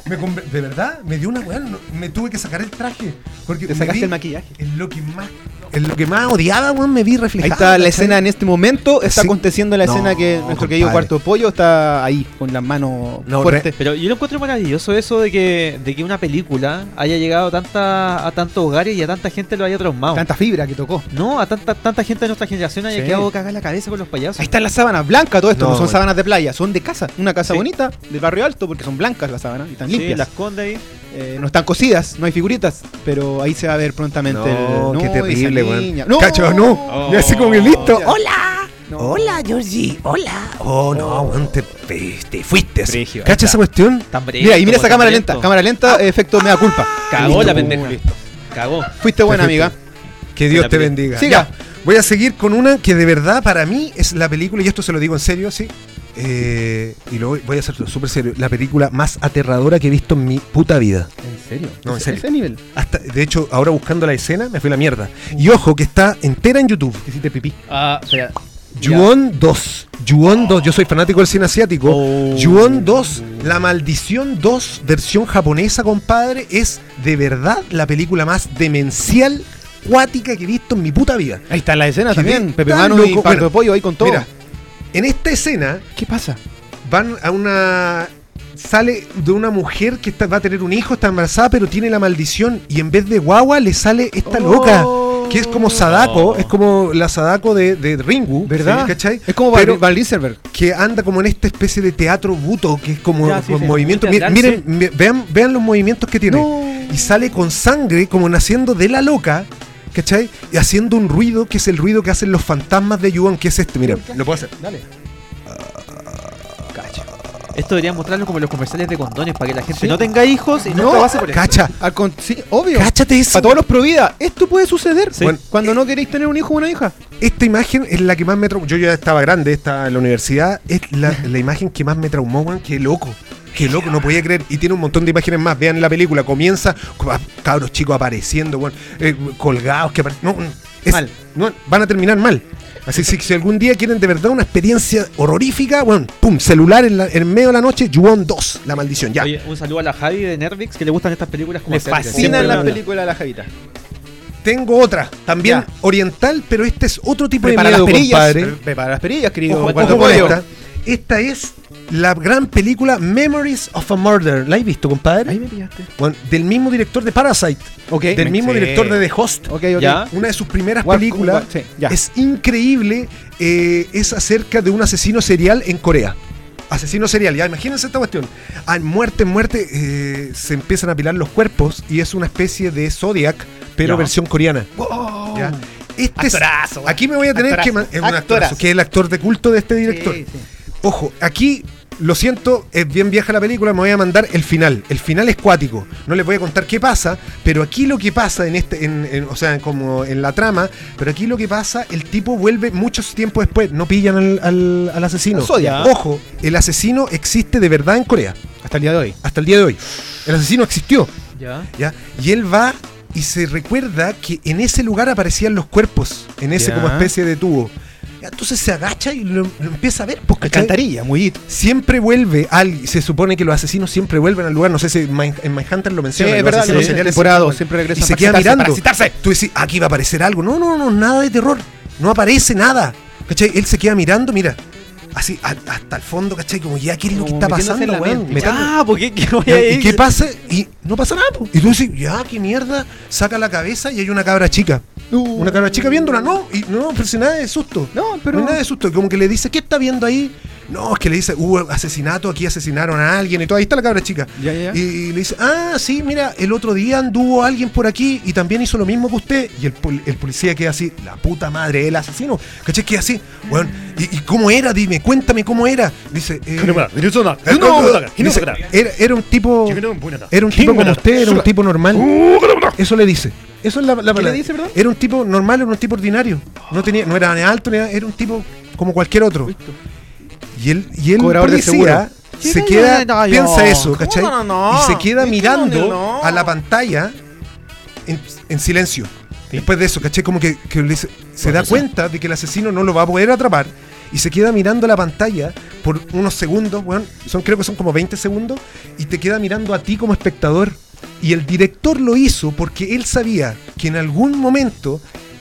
Me conver- de verdad, me dio una weá, no- me tuve que sacar el traje. Porque
Te
me
sacaste
vi
el maquillaje.
en lo que más, en lo que más odiaba, weón, me vi reflejado.
Ahí está la
¿cachai?
escena en este momento. Está
Sí.
aconteciendo la
No,
escena que nuestro querido
compadre.
Cuarto Pollo está ahí con las manos
No,
fuertes.
Pero yo lo encuentro maravilloso eso de que, de que una película haya llegado a tanta, a tantos hogares y a tanta gente lo haya traumado.
Tanta fibra que tocó.
no, a tanta, tanta gente de nuestra generación haya
Sí.
quedado cagada en la cabeza con los payasos.
Ahí están las sábanas blancas, todo esto.
No,
No, son
bueno.
sábanas de playa, son de casa. Una casa
Sí.
bonita, del barrio alto, porque son blancas las sábanas y están
Sí,
limpias.
la esconde ahí.
Eh, no están cosidas, no hay figuritas, pero ahí se va a ver prontamente.
No,
el-
qué
y esa
terrible,
niña.
weón.
¡No!
Cacho, no.
Oh.
Y así como que listo.
Ya.
¡Hola! Hola, Georgie. Hola. Oh, no, weón, te, te- te fuiste. ¿Cacha esa cuestión?
Tan breve,
Mira, y mira esa
tan
cámara
lento.
lenta, cámara lenta, efecto mea culpa.
Cagó
Listo.
la pendeja. Cagó.
Fuiste buena,
Perfecto.
amiga.
Que
La
Dios te
peli-
bendiga.
Siga.
Ya, voy a seguir con una que de verdad para mí es la película, y esto se lo digo en serio, sí. eh, y lo voy, voy a hacer súper serio. La película más aterradora que he visto en mi puta vida.
¿En serio?
No, en
Ese-
serio.
Ese nivel.
Hasta, de hecho, ahora buscando la escena me fui a la mierda. Y ojo, que está entera en YouTube.
Te hiciste pipí.
Ah, espera.
Yuon 2. Yuon 2. Yo soy fanático del cine asiático.
Oh.
Yuon 2. La Maldición 2, versión japonesa, compadre, es de verdad la película más demencial, cuática que he visto en mi puta vida.
Ahí está la escena
Qué
también.
bien,
Pepe
tan
Mano y
loco.
Pardo
Bueno,
Pollo ahí con todo.
Mira, en esta escena
¿Qué pasa?
van a una. Sale de una mujer que está- va a tener un hijo, está embarazada, pero tiene la maldición. Y en vez de guagua, le sale esta loca. Que Oh. es como Sadako,
Oh.
es como la Sadako de, de Ringu,
¿Verdad?
¿sí? ¿Cachai?
Es como
Pero-
Val, Val Dieselberg.
que anda como en esta especie de teatro buto, que es como
Ya, sí,
con
sí,
movimientos.
muy
Miren,
teatral,
miren, mi- vean, vean los movimientos que tiene. Y sale con sangre, como naciendo de la loca, ¿cachai? Y haciendo un ruido que es el ruido que hacen los fantasmas de Yuan, que es este. Miren, lo puedo hacer.
Dale.
Esto deberían mostrarlo como en los comerciales de condones para que la gente
Sí.
no tenga hijos y no,
No,
lo hace por eso.
Cacha,
Al con- sí, obvio.
cáchate eso.
Para todos los pro vida, esto puede suceder
Sí.
Bueno, cuando no queréis tener un hijo o una hija.
Esta imagen es la que más me traumó. Yo ya estaba grande, estaba en la universidad. Es la, la imagen que más me traumó, weón. Qué loco. Qué loco, no podía creer. Y tiene un montón de imágenes más. Vean la película. Comienza con a- cabros chicos apareciendo, weón. Eh, colgados que apare- No, no, es-
Mal.
no, van a terminar mal. Así que si, si algún día quieren de verdad una experiencia horrorífica, weón, pum, celular en, la- en medio de la noche, Juon 2, la maldición, ya.
Oye, un saludo a la Javi de Nervix que le gustan estas películas como
Le
asiáticas.
fascinan
Siempre
las
habla.
películas de la Javita.
Tengo otra, también
Ya.
oriental, pero este es otro tipo de
Prepara las
miedo,
perillas.
compadre.
pre- Prepara las perillas, querido
Ojo,
Guardo
ojo con
Pollo.
esta. Esta es la gran película Memories of a Murder. ¿La has visto, compadre?
Ahí me pillaste.
Bueno, del mismo director de Parasite.
Ok.
Del
Me-
mismo
sí.
director de The Host.
Ok, ok.
Ya.
Una de sus primeras
War-
películas.
War- sí, ya.
Es increíble. eh, es acerca de un asesino serial en Corea. Asesino serial, ya imagínense esta cuestión. Al muerte, muerte, eh, se empiezan a pilar los cuerpos y es una especie de Zodiac, pero
Ya.
versión coreana.
Wow.
¿ya? Este es-
Oh. Actorazo, güey.
aquí me voy a tener
Actorazo.
que. man- Es un actorazo,
Actorazo.
que es el actor de culto de este director.
Sí, sí.
Ojo, aquí lo siento, es bien vieja la película, me voy a mandar el final. El final es cuático. No les voy a contar qué pasa, pero aquí lo que pasa en este, en- en- o sea, como en la trama, pero aquí lo que pasa, el tipo vuelve muchos tiempos después, no pillan al, al- al asesino.
Al Zodiac.
Ojo, el asesino existe de verdad en Corea,
Hasta el día de hoy.
hasta el día de hoy. El asesino existió.
Ya.
¿ya? Y él va y se recuerda que en ese lugar aparecían los cuerpos, en ese
Ya.
como especie de tubo. Ya, Entonces se agacha y lo, lo empieza a ver, pues, ¿cachai?
Cantaría, muy hit.
Siempre vuelve al. Se supone que los asesinos siempre vuelven al lugar. No sé si Min- en Manhunter lo menciona.
Sí, es
los
verdad,
asesinos
sí,
seriales
temporada
siempre
dos, siempre
vuelven.
regresan
Y se
para
queda
excitarse,
mirando.
para excitarse.
Tú decís, aquí va a aparecer algo. No, no, no, nada de terror. No aparece nada. ¿Cachai? Él se queda mirando, mira. Así, a- hasta el fondo, ¿cachai? Como ya, ¿qué es lo que
Como
está
metiéndose
pasando,
en la
weón?
mente.
Metiendo-
Ah, porque qué voy
Ya,
a
¿Y
ir?
qué pasa? Y no pasa nada. po. Y tú dices, ya, qué mierda. Saca la cabeza y hay una cabra chica.
Uh,
Una cabra chica viéndola, no. Y no, pero sin nada de susto.
No, pero.
No hay nada de susto. Como que le dice, ¿qué está viendo ahí? No, es que le dice, hubo asesinato, aquí asesinaron a alguien y todo. Ahí está la cabra chica.
Ya, ya, ya.
Y le dice, ah, sí, mira, el otro día anduvo alguien por aquí y también hizo lo mismo que usted. Y el, pol- el policía queda así, la puta madre, el asesino. ¿Cachai? Queda así, bueno, ¿y, y cómo era? Dime, cuéntame cómo era. Dice, eh, dice, era, era un tipo. Era un tipo como usted, era un tipo
Uh,
normal. Eso le dice. Eso es la, la palabra.
dice, perdón?
Era un tipo normal, era un tipo ordinario. No tenía, no era ni alto ni nada, era un tipo como cualquier otro. Y él, y él
Cobrador de
policía se
Sí,
queda,
no, no, no.
piensa eso, ¿cachai?
No, no, no.
Y se queda
Es que
mirando
no, no.
a la pantalla en, en silencio. Después de eso, ¿cachai? Como que, que le dice- se da cuenta de que el asesino no lo va a poder atrapar y se queda mirando la pantalla por unos segundos, weón, son, creo que son como 20 segundos, y te queda mirando a ti como espectador. Y el director lo hizo porque él sabía que en algún momento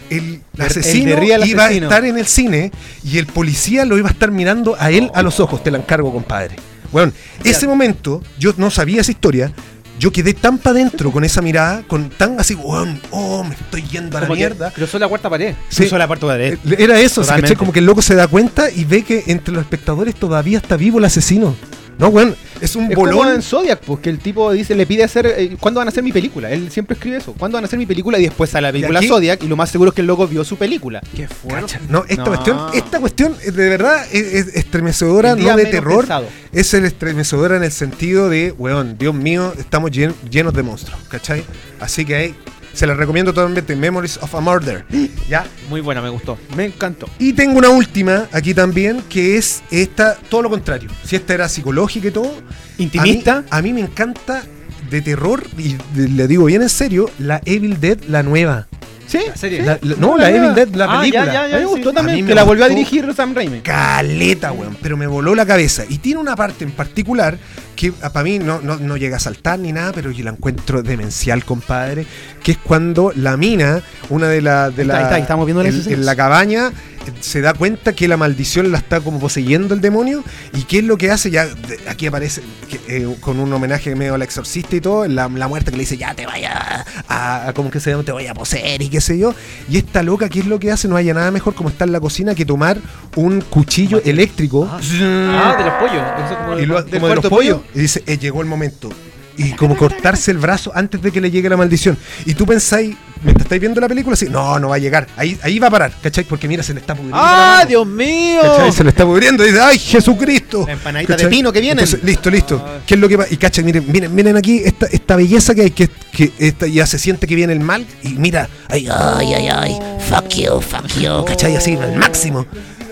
el
de
asesino
real
iba
asesino.
a estar en el cine y el policía lo iba a estar mirando a él a los ojos. Te la encargo, compadre. Bueno, ese momento, yo no sabía esa historia. Yo quedé tan para adentro con esa mirada, con tan así, weón, oh, me estoy yendo a la
Como que
mierda.
Cruzó la cuarta pared.
Sí.
Puso la parte de
Eh, Era eso, ¿sí?
Totalmente.
¿cachai? como que el loco se da cuenta y ve que entre los espectadores todavía está vivo el asesino. No, weón, es un
Es como
bolón.
en Zodiac, pues que el tipo dice, le pide hacer, eh, ¿cuándo van a hacer mi película? Él siempre escribe eso, ¿cuándo van a hacer mi película? Y después a la película
aquí-
Zodiac, y lo más seguro es que el loco vio su película.
Qué
Cacha, No, esta
No.
cuestión, esta cuestión eh, de verdad es, es estremecedora,
El día
no de
menos
terror.
pensado.
Es el estremecedora en el sentido de, weón, Dios mío, estamos llen- llenos de monstruos, ¿cachai? Así que ahí se la recomiendo totalmente, Memories of a Murder. ¿Ya?
Muy buena, me gustó.
Me encantó.
Y tengo una última aquí también, que es esta, todo lo contrario. Si esta era psicológica y todo, A
Intimista.
mí, a mí me encanta de terror, y de- le digo bien en serio, la Evil Dead, la nueva.
Sí.
La serie.
La- la- no, la,
La nueva.
Evil Dead, la
Ah,
película.
ya, ya,
A mí me gustó
sí.
también,
A mí me
que la volvió a
gustó.
dirigir Sam Raimi.
Caleta, weón, pero me voló la cabeza. Y tiene una parte en particular que para mí no, no- no llega a saltar ni nada, pero yo la encuentro demencial, compadre. Que es cuando la mina, una de las. De
Ahí está,
la-
ahí está, estamos viendo las
en,
escenas.
en la cabaña, eh, se da cuenta que la maldición la está como poseyendo el demonio. ¿Y qué es lo que hace? Ya de- aquí aparece que, eh, con un homenaje medio al exorcista y todo, la, la muerte que le dice, ya te vaya a, a- como que se llama, te voy a poseer y qué sé yo. Y esta loca, ¿qué es lo que hace? No haya nada mejor como estar en la cocina que tomar un cuchillo eléctrico.
Ah, de los pollos. Eso como
Y lo-
del
como de los
cuarto
pollos. Y dice, "Eh, llegó el momento. Y como cortarse el brazo antes de que le llegue la maldición. Y tú pensáis, mientras estáis viendo la película, así, no, no va a llegar. Ahí, ahí va a parar, ¿cachai? Porque mira, se le está pudriendo. la
¡Ah,
mano.
Dios mío!
¿Cachai? Se le está pudriendo. Y dice, ¡ay, Jesucristo!
La empanadita
¿Cachai?
de pino que vienen.
Entonces, listo, listo.
Ah.
¿Qué es lo que va? Y cachai, miren, miren, miren aquí esta, esta belleza que hay, que, que esta, ya se siente que viene el mal. Y mira, ay, ay, ay, ay, fuck you, fuck you, ¿cachai? Así, al máximo.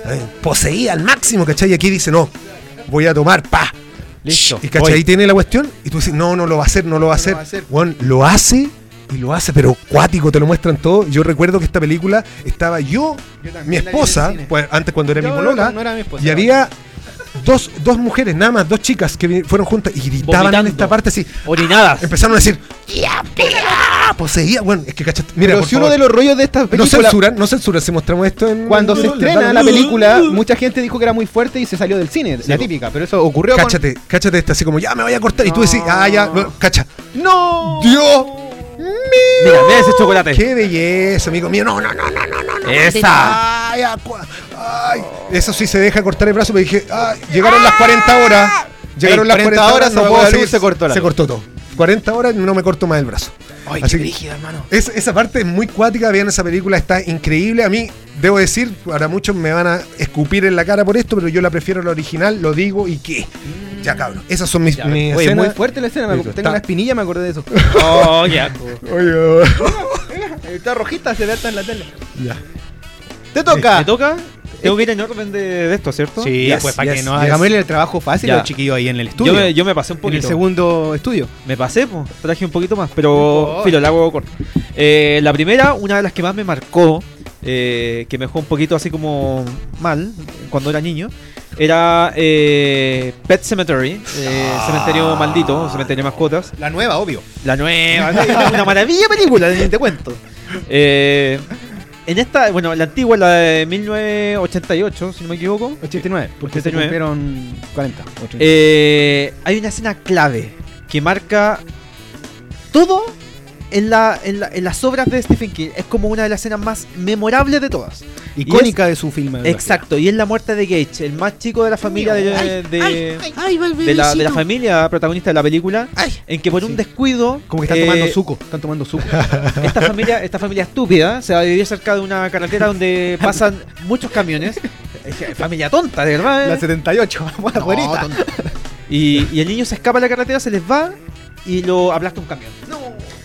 Ay, poseía al máximo, ¿cachai? Y aquí dice, no, voy a tomar, pa.
Listo.
Y cachai, ahí tiene la cuestión. Y tú dices, no, no lo va a hacer, no lo va a hacer.
va a hacer.
Weón, lo hace y lo hace, pero cuático, te lo muestran todo. Yo recuerdo que esta película estaba yo,
Yo también
mi
la vi en el
esposa,
cine.
pues antes cuando era
Yo
mi
no-
polola,
no era mi esposa,
y
no.
había dos, dos mujeres, nada más, dos chicas que vi- fueron juntas y gritaban
Vomitando.
en esta parte así.
Orinadas.
Empezaron a decir, "Ya, pía". Ah, poseía. Bueno, es que cachaste. Mira,
Pero
por
si uno
favor.
de los rollos de estas
No
películas.
censuran, no censuran si mostramos esto en.
Cuando
en-
se
no,
estrena la
verdad.
película, mucha gente dijo que era muy fuerte y se salió del cine, la típica. Pero eso ocurrió con-
Cáchate, cáchate esta, así como ya me voy a cortar. Y tú decís,
No.
ah, ya, no, cacha.
¡No!
¡Dios!
Mira, mira ese chocolate.
¡Qué belleza, amigo mío! No, no, no, no, no, no. no.
Esa.
Ah.
Ay, acua- ay. Eso sí se deja cortar el brazo, pero dije, ay, llegaron las 40 horas. Llegaron
Ah. Ey,
las
40
40 horas,
horas,
no
se
puedo
apagó la
seguir.
luz, se cortó la
Se
luz.
cortó todo. 40 horas no me corto más el brazo.
Ay,
Así
qué
que-
brígido, hermano.
Es- esa parte es muy cuática, vean esa película, está increíble. A mí, debo decir, para muchos me van a escupir en la cara por esto, pero yo la prefiero la original, lo digo y qué. Ya cabrón, esas son mis,
Ya,
mis
oye,
escenas.
muy fuerte la escena. me
Listo,
acu- Pues Tengo
está.
una espinilla, me acordé de eso.
Oh, qué asco.
Oye, oh. oye.
Está rojita, se ve hasta en la tele.
Ya.
¡Te toca!
¿Me toca? Tengo que ir en orden de, de esto, ¿cierto?
Sí,
Yes,
pues para
yes,
que no
yes.
hagámosle el trabajo fácil
Ya.
al chiquillo ahí en el
Yo
estudio.
me, yo me pasé un
en
poquito.
el segundo estudio.
Me pasé, pues, traje un poquito más,
No
pero
importa.
filo, la hago corta. Eh, la primera, una de las que más me marcó, eh, que me dejó un poquito así como mal cuando era niño, era eh, Pet Cemetery, eh, Cementerio Maldito, Cementerio de Mascotas.
Ah. La nueva, obvio.
La nueva, una maravilla película, ni te cuento. Eh, en esta, bueno, la antigua, la de 1988, si no me equivoco.
89, porque se
89.
cumplieron 40. 80.
Eh, hay una escena clave que marca todo en, la, en, la- en las obras de Stephen King. Es como una de las escenas más memorables de todas.
Icónica de su filme.
Exacto, y es la muerte de Gage, el más chico de la familia de, de- de la, de la familia protagonista de la película, en que por un
Sí.
descuido
Como que están
eh,
tomando suco. Están tomando suco.
esta familia, esta familia estúpida se va a vivir cerca de una carretera donde pasan muchos camiones. Eh, Familia tonta, de verdad. eh.
la 78, vamos a la güerita.
Y, y el niño se escapa a la carretera, se les va y lo aplasta un camión.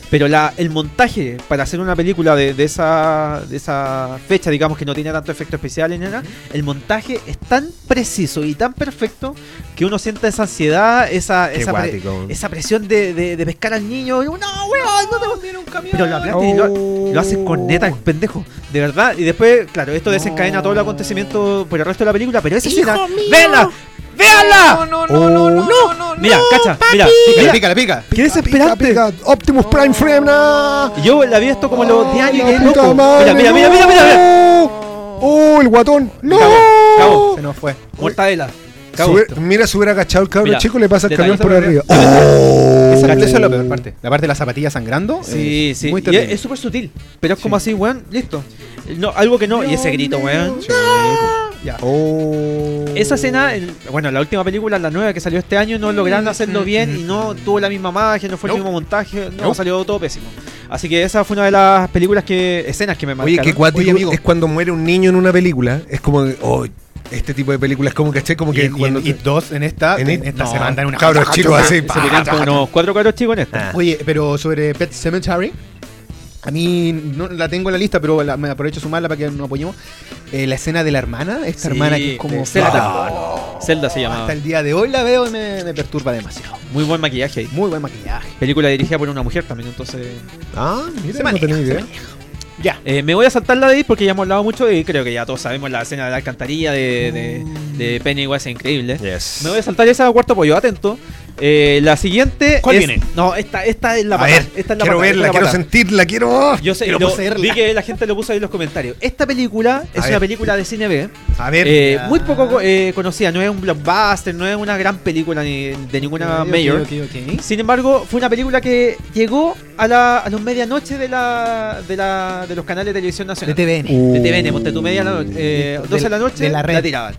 Pero la, el montaje para hacer una película de, de esa, de esa fecha, digamos que no tiene tanto efecto especial ni nada, el montaje es tan preciso y tan perfecto que uno siente esa ansiedad, esa, esa, pre- esa presión de, de- de pescar al niño. y uno, No, weón, no te Pero lo aplastan y lo, lo hacen con neta, pendejo. De verdad. Y después, claro, esto desencadena todo el acontecimiento por el resto de la película, pero esa escena. ¡Véanla! ¡Véanla!
no,
no, no, no,
Mira, cacha, mira,
La
mira,
pica, la pica.
qué desesperante.
Pica, pica, Optimus Prime Frame. No.
Yo la vi esto como los 10 años y
la
quedé
puta
loco.
madre,
Mira, mira, mira, mira, mira, mira.
no. Oh, el guatón. No.
Cabo, cabo.
Se nos fue.
Mortadela.
Si hubiera- mira, si hubiera agachado el cabrón
Mira,
chico, le pasa el
detalle
camión por
sobre-
arriba. Oh.
Esa esa es la peor parte. La parte de la zapatilla sangrando.
Sí,
es
sí.
Eh, Muy
y es
terrible.
es súper sutil. Pero es como así, weón, listo. No, algo que no. Y ese grito, weón. Ya.
Oh.
Esa escena, el- bueno, la última película, la nueva que salió este año, no lograron hacerlo bien y no tuvo la misma magia, no fue el
No.
mismo montaje, no,
No.
salió todo pésimo. Así que esa fue una de las películas que, escenas que me
Oye,
marcaron.
qué cuático
Oye, este amigo.
es cuando muere un niño en una película. Es como, que, oh, este tipo de películas, como caché, como
Y
que
en- y
cuando
en It 2 en esta, en,
en It-
esta
no,
se mandan una
cabros chicos así.
Se pelean con unos cuatro caros chicos en
Ah.
esta.
Oye, pero sobre Pet Cemetery, a mí no la tengo en la lista, pero la- me aprovecho de sumarla para que nos apoyemos. Eh, la escena de la hermana, esta
Sí,
hermana que es como.
de Zelda.
Ah,
Zelda se llamaba.
Hasta el día de hoy la veo y me, me perturba demasiado.
Muy buen maquillaje ahí.
Muy buen maquillaje.
Película dirigida por una mujer también, entonces.
Ah,
Se
mira, no
maneja,
tenía
se
idea.
maneja. Ya.
Eh, me voy a saltar la de ahí porque ya hemos hablado mucho y creo que ya todos sabemos la escena de la alcantarilla de, de,
Mm.
de Pennywise, es increíble.
Yes.
Me voy a saltar esa cuarto pollo, atento. Eh, la siguiente.
¿Cuál
es-
viene?
No, esta, esta es la
A
patada,
ver,
esta es la
quiero
patada, esta
verla,
es la
quiero
patada.
sentirla, quiero. ah.
Yo sé,
quiero
lo-
poseerla.
vi que la gente lo puso ahí en los comentarios. Esta película es
ver.
una película de cine B,
A ver.
eh,
ya.
muy poco eh, conocida, no es un blockbuster, no es una gran película ni de ninguna
Ok,
mayor.
ok, ok.
Sin embargo, fue una película que llegó a, la, a los medianoche de, la, de, la, de los canales de televisión
De
nacional.
Uh,
TVN.
De TVN, ponte tú media la noche, eh,
De-
12 de la noche,
de la red.
tiraban.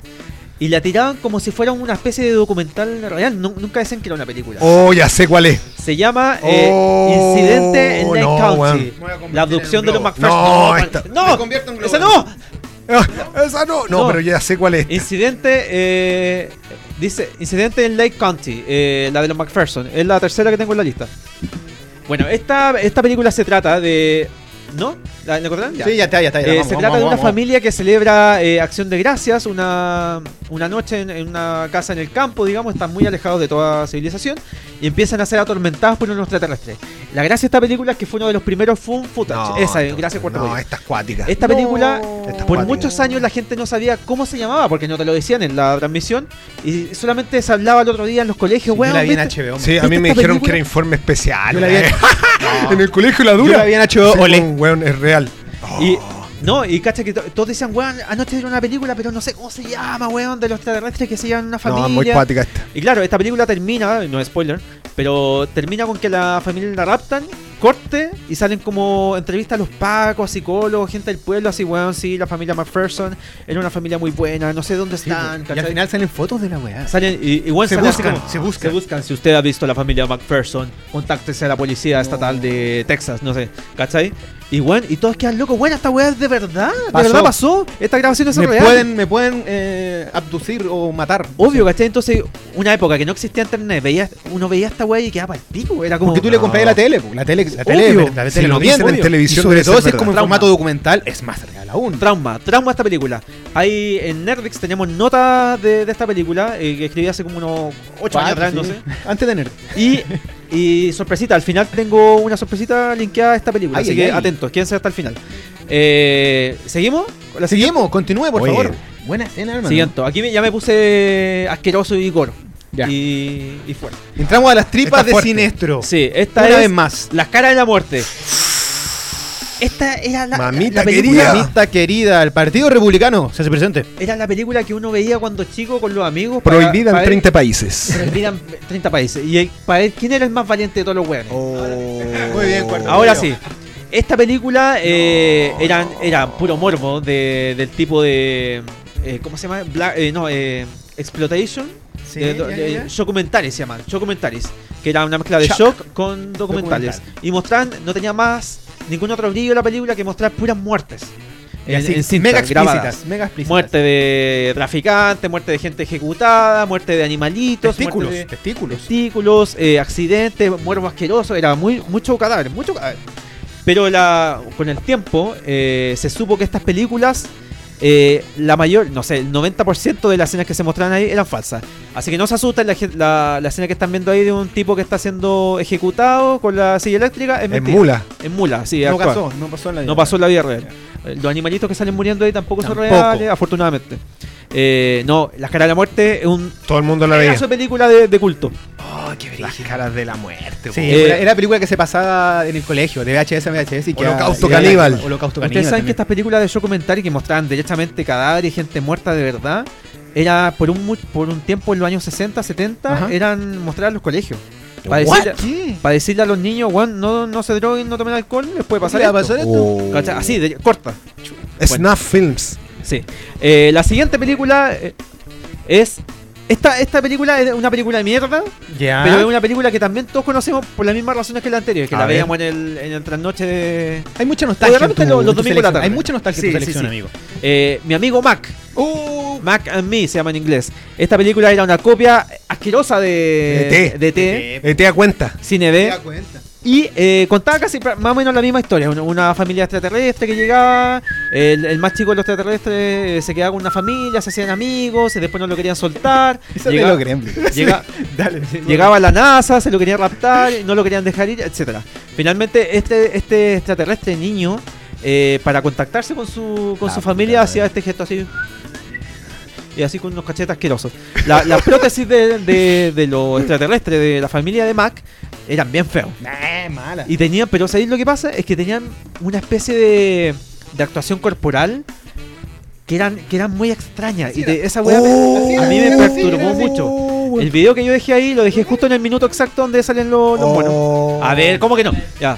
Y la tiraban como si fuera una especie de documental real. Nu- nunca decían que era una película.
Oh, ya sé cuál es.
Se llama eh,
Oh,
Incidente en Lake
no,
County.
weón. Me voy a convertir
La abducción
en
de
un
los
globo.
McPherson.
No,
pa-
esta-
no,
Me convierto en globo.
¡Esa no!
Ah, Esa no.
No.
No, pero ya sé cuál es.
Incidente, eh, dice, incidente en Lake County, eh, la de los McPherson. Es la tercera que tengo en la lista. Bueno, esta, esta película se trata de... ¿No? ¿La, la encontraron? Ya.
Sí, ya está, ya está. ya está.
Eh,
Vamos,
se
vamos,
trata de
vamos,
una
vamos.
familia que celebra eh, Acción de Gracias, una, una noche en, en una casa en el campo, digamos, están muy alejados de toda civilización, y empiezan a ser atormentados por unos extraterrestres. La gracia de esta película es que fue uno de los primeros fun footage. Esa,
no,
gracias cuarto
No,
poder.
esta es cuática.
Esta
No.
película,
Esta
por
cuática.
muchos años la gente no sabía cómo se llamaba, porque no te lo decían en la transmisión, y solamente se hablaba el otro día en los
Yo
colegios, weón.
la vi en
¿viste?
HBO.
Sí, a
¿Viste
mí me
esta
dijeron que
película?
era informe especial.
Yo la vi en-
weón. en el colegio la
Yo
dura.
la vi en HBO,
Sí,
olé.
un weón, es real.
Y, no, y cacha que to- todos decían, weón, anoche era una película, pero no sé cómo se llama, weón, de los extraterrestres que se llevan una
No, muy
familia.
cuática esta.
y claro, esta película termina, no es spoiler, pero termina con que la familia la raptan, corte, y salen como entrevistas a los pacos, psicólogos, gente del pueblo, así, weón, sí, la familia McPherson era una familia muy buena, no sé dónde están,
Y al
¿cachai?
final salen fotos de la weá.
Salen, y, igual
Se
salen
buscan,
así como-
se buscan.
Si usted ha visto a la familia McPherson, contáctese a la policía estatal de Texas, no sé, ¿cachai? Y bueno, y todos quedan locos, bueno, esta weá es de verdad, de
Pasó.
verdad pasó, esta grabación es
Me
real.
pueden, me pueden eh, abducir o matar.
Obvio, ¿cachai? Entonces, una época que no existía internet, veía, uno veía esta weá y quedaba el pico, era como...
Porque tú le
No.
compras la tele, po. la tele, la tele,
Obvio.
la tele
Si lo
bien,
dicen en
obvio.
televisión
Y sobre
debe
todo
ser
si es como en
verdad.
formato documental, es más real aún.
Trauma, trauma esta película. Ahí en Netflix tenemos notas de, de esta película eh, que escribí hace como unos 8
Cuatro,
años atrás, no
sí.
sé.
Antes de nerd.
Y, y sorpresita, al final tengo una sorpresita linkeada a esta película.
Ay,
así
ay,
que
ay.
atentos, quédense hasta el final. Eh, ¿Seguimos? Con La siguiente.
Seguimos, continúe, por
Oye.
favor. Buena escena, hermano.
Siguiente. Aquí me- ya me puse asqueroso y gore.
Ya.
Y, y fuerte.
Entramos a las tripas
Está
de
fuerte.
Sinestro.
Sí, esta
Una
es
vez más.
Las caras de la muerte. Esta era la,
Mamita
la película,
querida.
Mamita querida, el Partido Republicano se hace presente.
Era la película que uno veía cuando chico con los amigos. para-
Prohibida
para
en
ver-
30 países.
Prohibida en 30 países. Y eh, para ver quién era el más valiente de todos los weones.
Oh.
Muy bien, cuarto.
Ahora sí. Esta película eh, eran, era puro morbo de- del tipo de. eh, ¿Cómo se llama? Bla- eh, no, eh, Exploitation.
Sí,
de-
ya,
de-
ya.
Shockumentaries se llaman. Shockumentaries. Que era una mezcla de
Shock.
shock con documentales.
Documental.
Y mostraban, no tenía más ningún otro brillo la película que mostrar puras muertes.
Y así,
cinta,
mega
grabadas.
explícitas, mega explícitas.
Muerte de traficantes, muerte de gente ejecutada, muerte de animalitos,
testículos,
muerte de-
testículos.
testículos, eh, accidentes, muervo asqueroso, era muy mucho cadáver, mucho cadáver. Pero la, con el tiempo eh, se supo que estas películas, eh, la mayor, no sé, el 90% de las escenas que se mostraban ahí eran falsas. Así que no se asusten, la, gen- la, la escena que están viendo ahí de un tipo que está siendo ejecutado con la silla eléctrica es
En
mentira.
mula.
En mula, sí,
No
actual.
pasó, no pasó en la vida.
No pasó en la vida real. Eh, Los animalitos que salen muriendo ahí tampoco, son
Tampoco.
reales, afortunadamente. Eh, no, Las caras de la muerte es un
Todo el mundo la veía.
pedazo de película de- de culto.
Oh, qué Las caras de la
Sí,
muerte. po.
Eh,
era, era película que se pasaba en el colegio, de VHS a VHS y que
Holocausto
y-
caníbal.
Holocausto caníbal.
Ustedes saben
también.
que estas películas de documentary que mostraban directamente cadáveres y gente muerta de verdad, era por un mu- por un tiempo en los años 60, 70,
Ajá.
eran mostradas en los colegios. Para
¿What?
decirle, para decirle a los niños, weón, no, no se droguen, no tomen alcohol, les puede pasar
¿Qué le va a
esto".
pasar esto?
Oh.
¿Cachai? Así, de- corta.
Snuff Films.
Sí. Eh, la siguiente película eh, es... Esta, esta película es una película de mierda,
Ya.
pero es una película que también todos conocemos por las mismas razones que la anterior, que
A
la
ver.
veíamos en el, en el trasnoche Pues de...
Hay mucha nostalgia.
Obviamente
en tu-
los- los
en tu
domingos de la
selección.
tarde.
Hay mucha nostalgia en tu
Sí, sí,
selección,
sí.
amigo.
Eh, mi amigo Mac,
Uh,
Mac and Me se llama en inglés. Esta película era una copia asquerosa de
De
de T,
eh,
Eh, ¿Te da cuenta?
Cine
te
B.
das cuenta.
Y eh, contaba casi pra- más o menos la misma historia. Una, una familia extraterrestre que llegaba, el, el más chico de los extraterrestres eh, se quedaba con una familia, se hacían amigos, y después no lo querían soltar.
Eso
Llega-
te lo creen. bro.
llega-
Dale.
Llegaba a la NASA, se lo querían raptar, no lo querían dejar ir, etcétera. Finalmente, este, este extraterrestre niño, eh, para contactarse con su, con
La
su
puta
familia, hacía este gesto así. Y así con unos cachetes asquerosos. La, la prótesis de, de, de los extraterrestres, de la familia de Mac, eran bien feos.
Nah, mala.
Y tenían, pero ¿sabéis lo que pasa? Es que tenían una especie de, de actuación corporal que eran, que eran muy extrañas. Y de- esa weá me-
Oh,
a mí me
oh,
perturbó
oh,
mucho.
Uh,
oh,
El video que yo dejé ahí lo dejé justo en el minuto exacto donde salen los, los monos.
oh.
A ver, ¿cómo que no? Ya.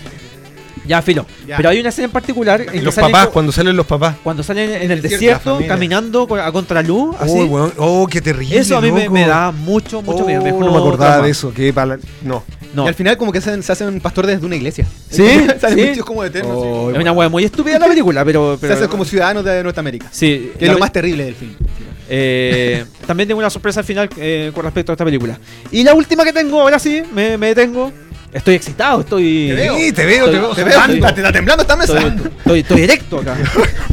Ya, filo.
Ya.
Pero hay una escena en particular en
Y
que
los
salen
papás,
co-
cuando salen los papás.
cuando salen en el
Desierto, la
desierto,
familia.
caminando con- a contraluz, así.
Oh, weón. oh, qué terrible.
¿Ah, eso a mí me,
loco.
me da mucho, mucho
Oh,
miedo. dejó
No me acordaba
trauma.
de eso. Que para la- No.
No.
Y al final como que se hacen, se hacen pastor desde una iglesia.
Sí,
Salen
sí.
vestidos como de eternos.
Oh,
Es una hueá muy estúpida la película, pero.
Se
pero
hacen como ciudadanos de Norteamérica.
Sí,
Que es
la
lo
pe-
más terrible del film.
Eh, también tengo una sorpresa al final eh, con respecto a esta película. Y la última que tengo, ahora sí, me, me detengo. Estoy excitado, estoy.
Te veo.
Sí, te veo,
Estoy-
te veo.
Te veo,
Estoy-
está, te está temblando esta mesa.
Estoy, estoy- estoy directo acá.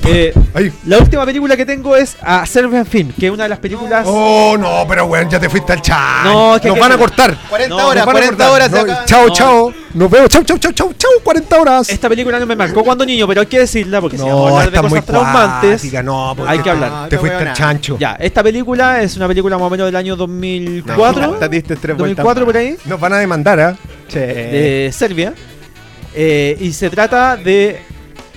Eh,
Ahí.
la última película que tengo es A Serbian Film, que es una de las películas.
Oh, no, pero weón, ya te fuiste al chat.
No, es que-
Nos
que-
van a cortar.
40
No,
horas,
Nos van a
40
cortar.
horas.
No,
se acaban.
chao,
No.
chao. Nos vemos. Chao, chao, chao, chao, chao. 40 horas.
Esta película no me marcó cuando niño, pero hay que decirla porque si vamos a hablar de cosas traumantes.
cuática, no, porque
hay que
te-
hablar.
Te
No,
fuiste al
weona.
chancho.
Ya, esta película es una película más o menos del año 2004.
Hasta diste tres vueltas
2004 por
más.
ahí.
Nos van a demandar, ¿ah?
Che.
de Serbia. eh, y se trata de.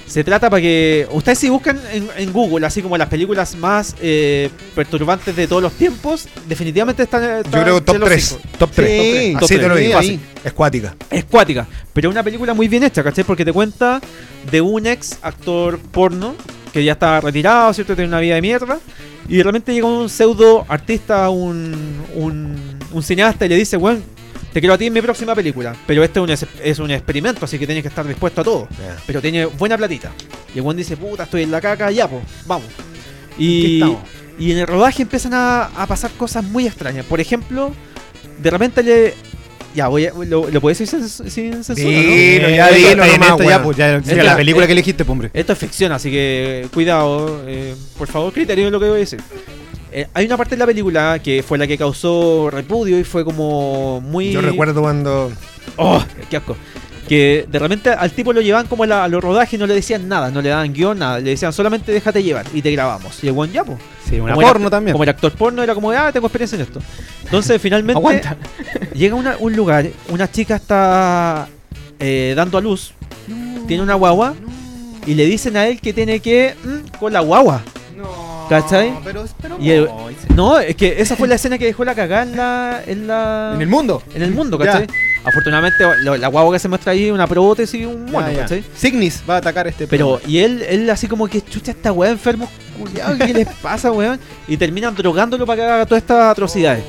Se trata para que. Ustedes si buscan en, en Google, así como las películas más eh, perturbantes de todos los tiempos, definitivamente están.
Yo
están
creo top
entre los
3.
cinco.
Top 3.
Sí,
top
Así
tres.
te lo digo.
Sí,
así. Es cuática.
Es cuática. Pero es una película muy bien hecha, ¿cachai? Porque te cuenta de un ex actor porno que ya está retirado, ¿cierto? Tiene una vida de mierda. Y de repente llega un pseudo artista, un, un, un cineasta y le dice, bueno, te quiero a ti en mi próxima película. Pero este es un, ex- es un experimento, así que tienes que estar dispuesto a todo. Pero tiene buena platita. Y el buen dice, puta, estoy en la caca, ya, pues, vamos. Y,
estamos?
y en el rodaje empiezan a, a pasar cosas muy extrañas. Por ejemplo, de repente le... Ya, voy a- lo, lo puedes decir sin, sin censura, ¿no?
Dilo, ya dilo
está bien,
nomás,
esto
weón.
ya, pues, ya,
Esto
ya
ya-
la película que elegiste, pues, hombre.
Esto es ficción, así que eh, cuidado. eh, por favor, criterio en lo que voy a decir. Eh, hay una parte de la película que fue la que causó repudio y fue como muy...
Yo recuerdo cuando.
¡Oh! ¡Qué asco! Que de repente al tipo lo llevan como a, la- a los rodajes y no le decían nada, no le daban guión, nada. Le decían solamente déjate llevar y te grabamos. Y el buen ya, po.
Sí, una
Como era-
porno también.
Como el actor porno era como, ah, tengo experiencia en esto. Entonces finalmente
Aguanta.
llega a un lugar, una chica está eh, dando a luz, tiene una guagua y le dicen a él que tiene que mm, con la guagua.
No.
¿Cachai?
Pero, pero
Y el-
no, es-
No, es que esa fue la escena que dejó la cagada en la, en la-
En el mundo.
en el mundo,
Ya.
¿cachai? Afortunadamente lo- la guagua que se muestra ahí es una prótesis y un mono,
Ya, ya.
¿cachai?
Signis va a atacar este.
Pero, y él, él así como que chucha esta weá enfermo, culiao, ¿qué les pasa, weón? Y terminan drogándolo para que haga todas estas atrocidades.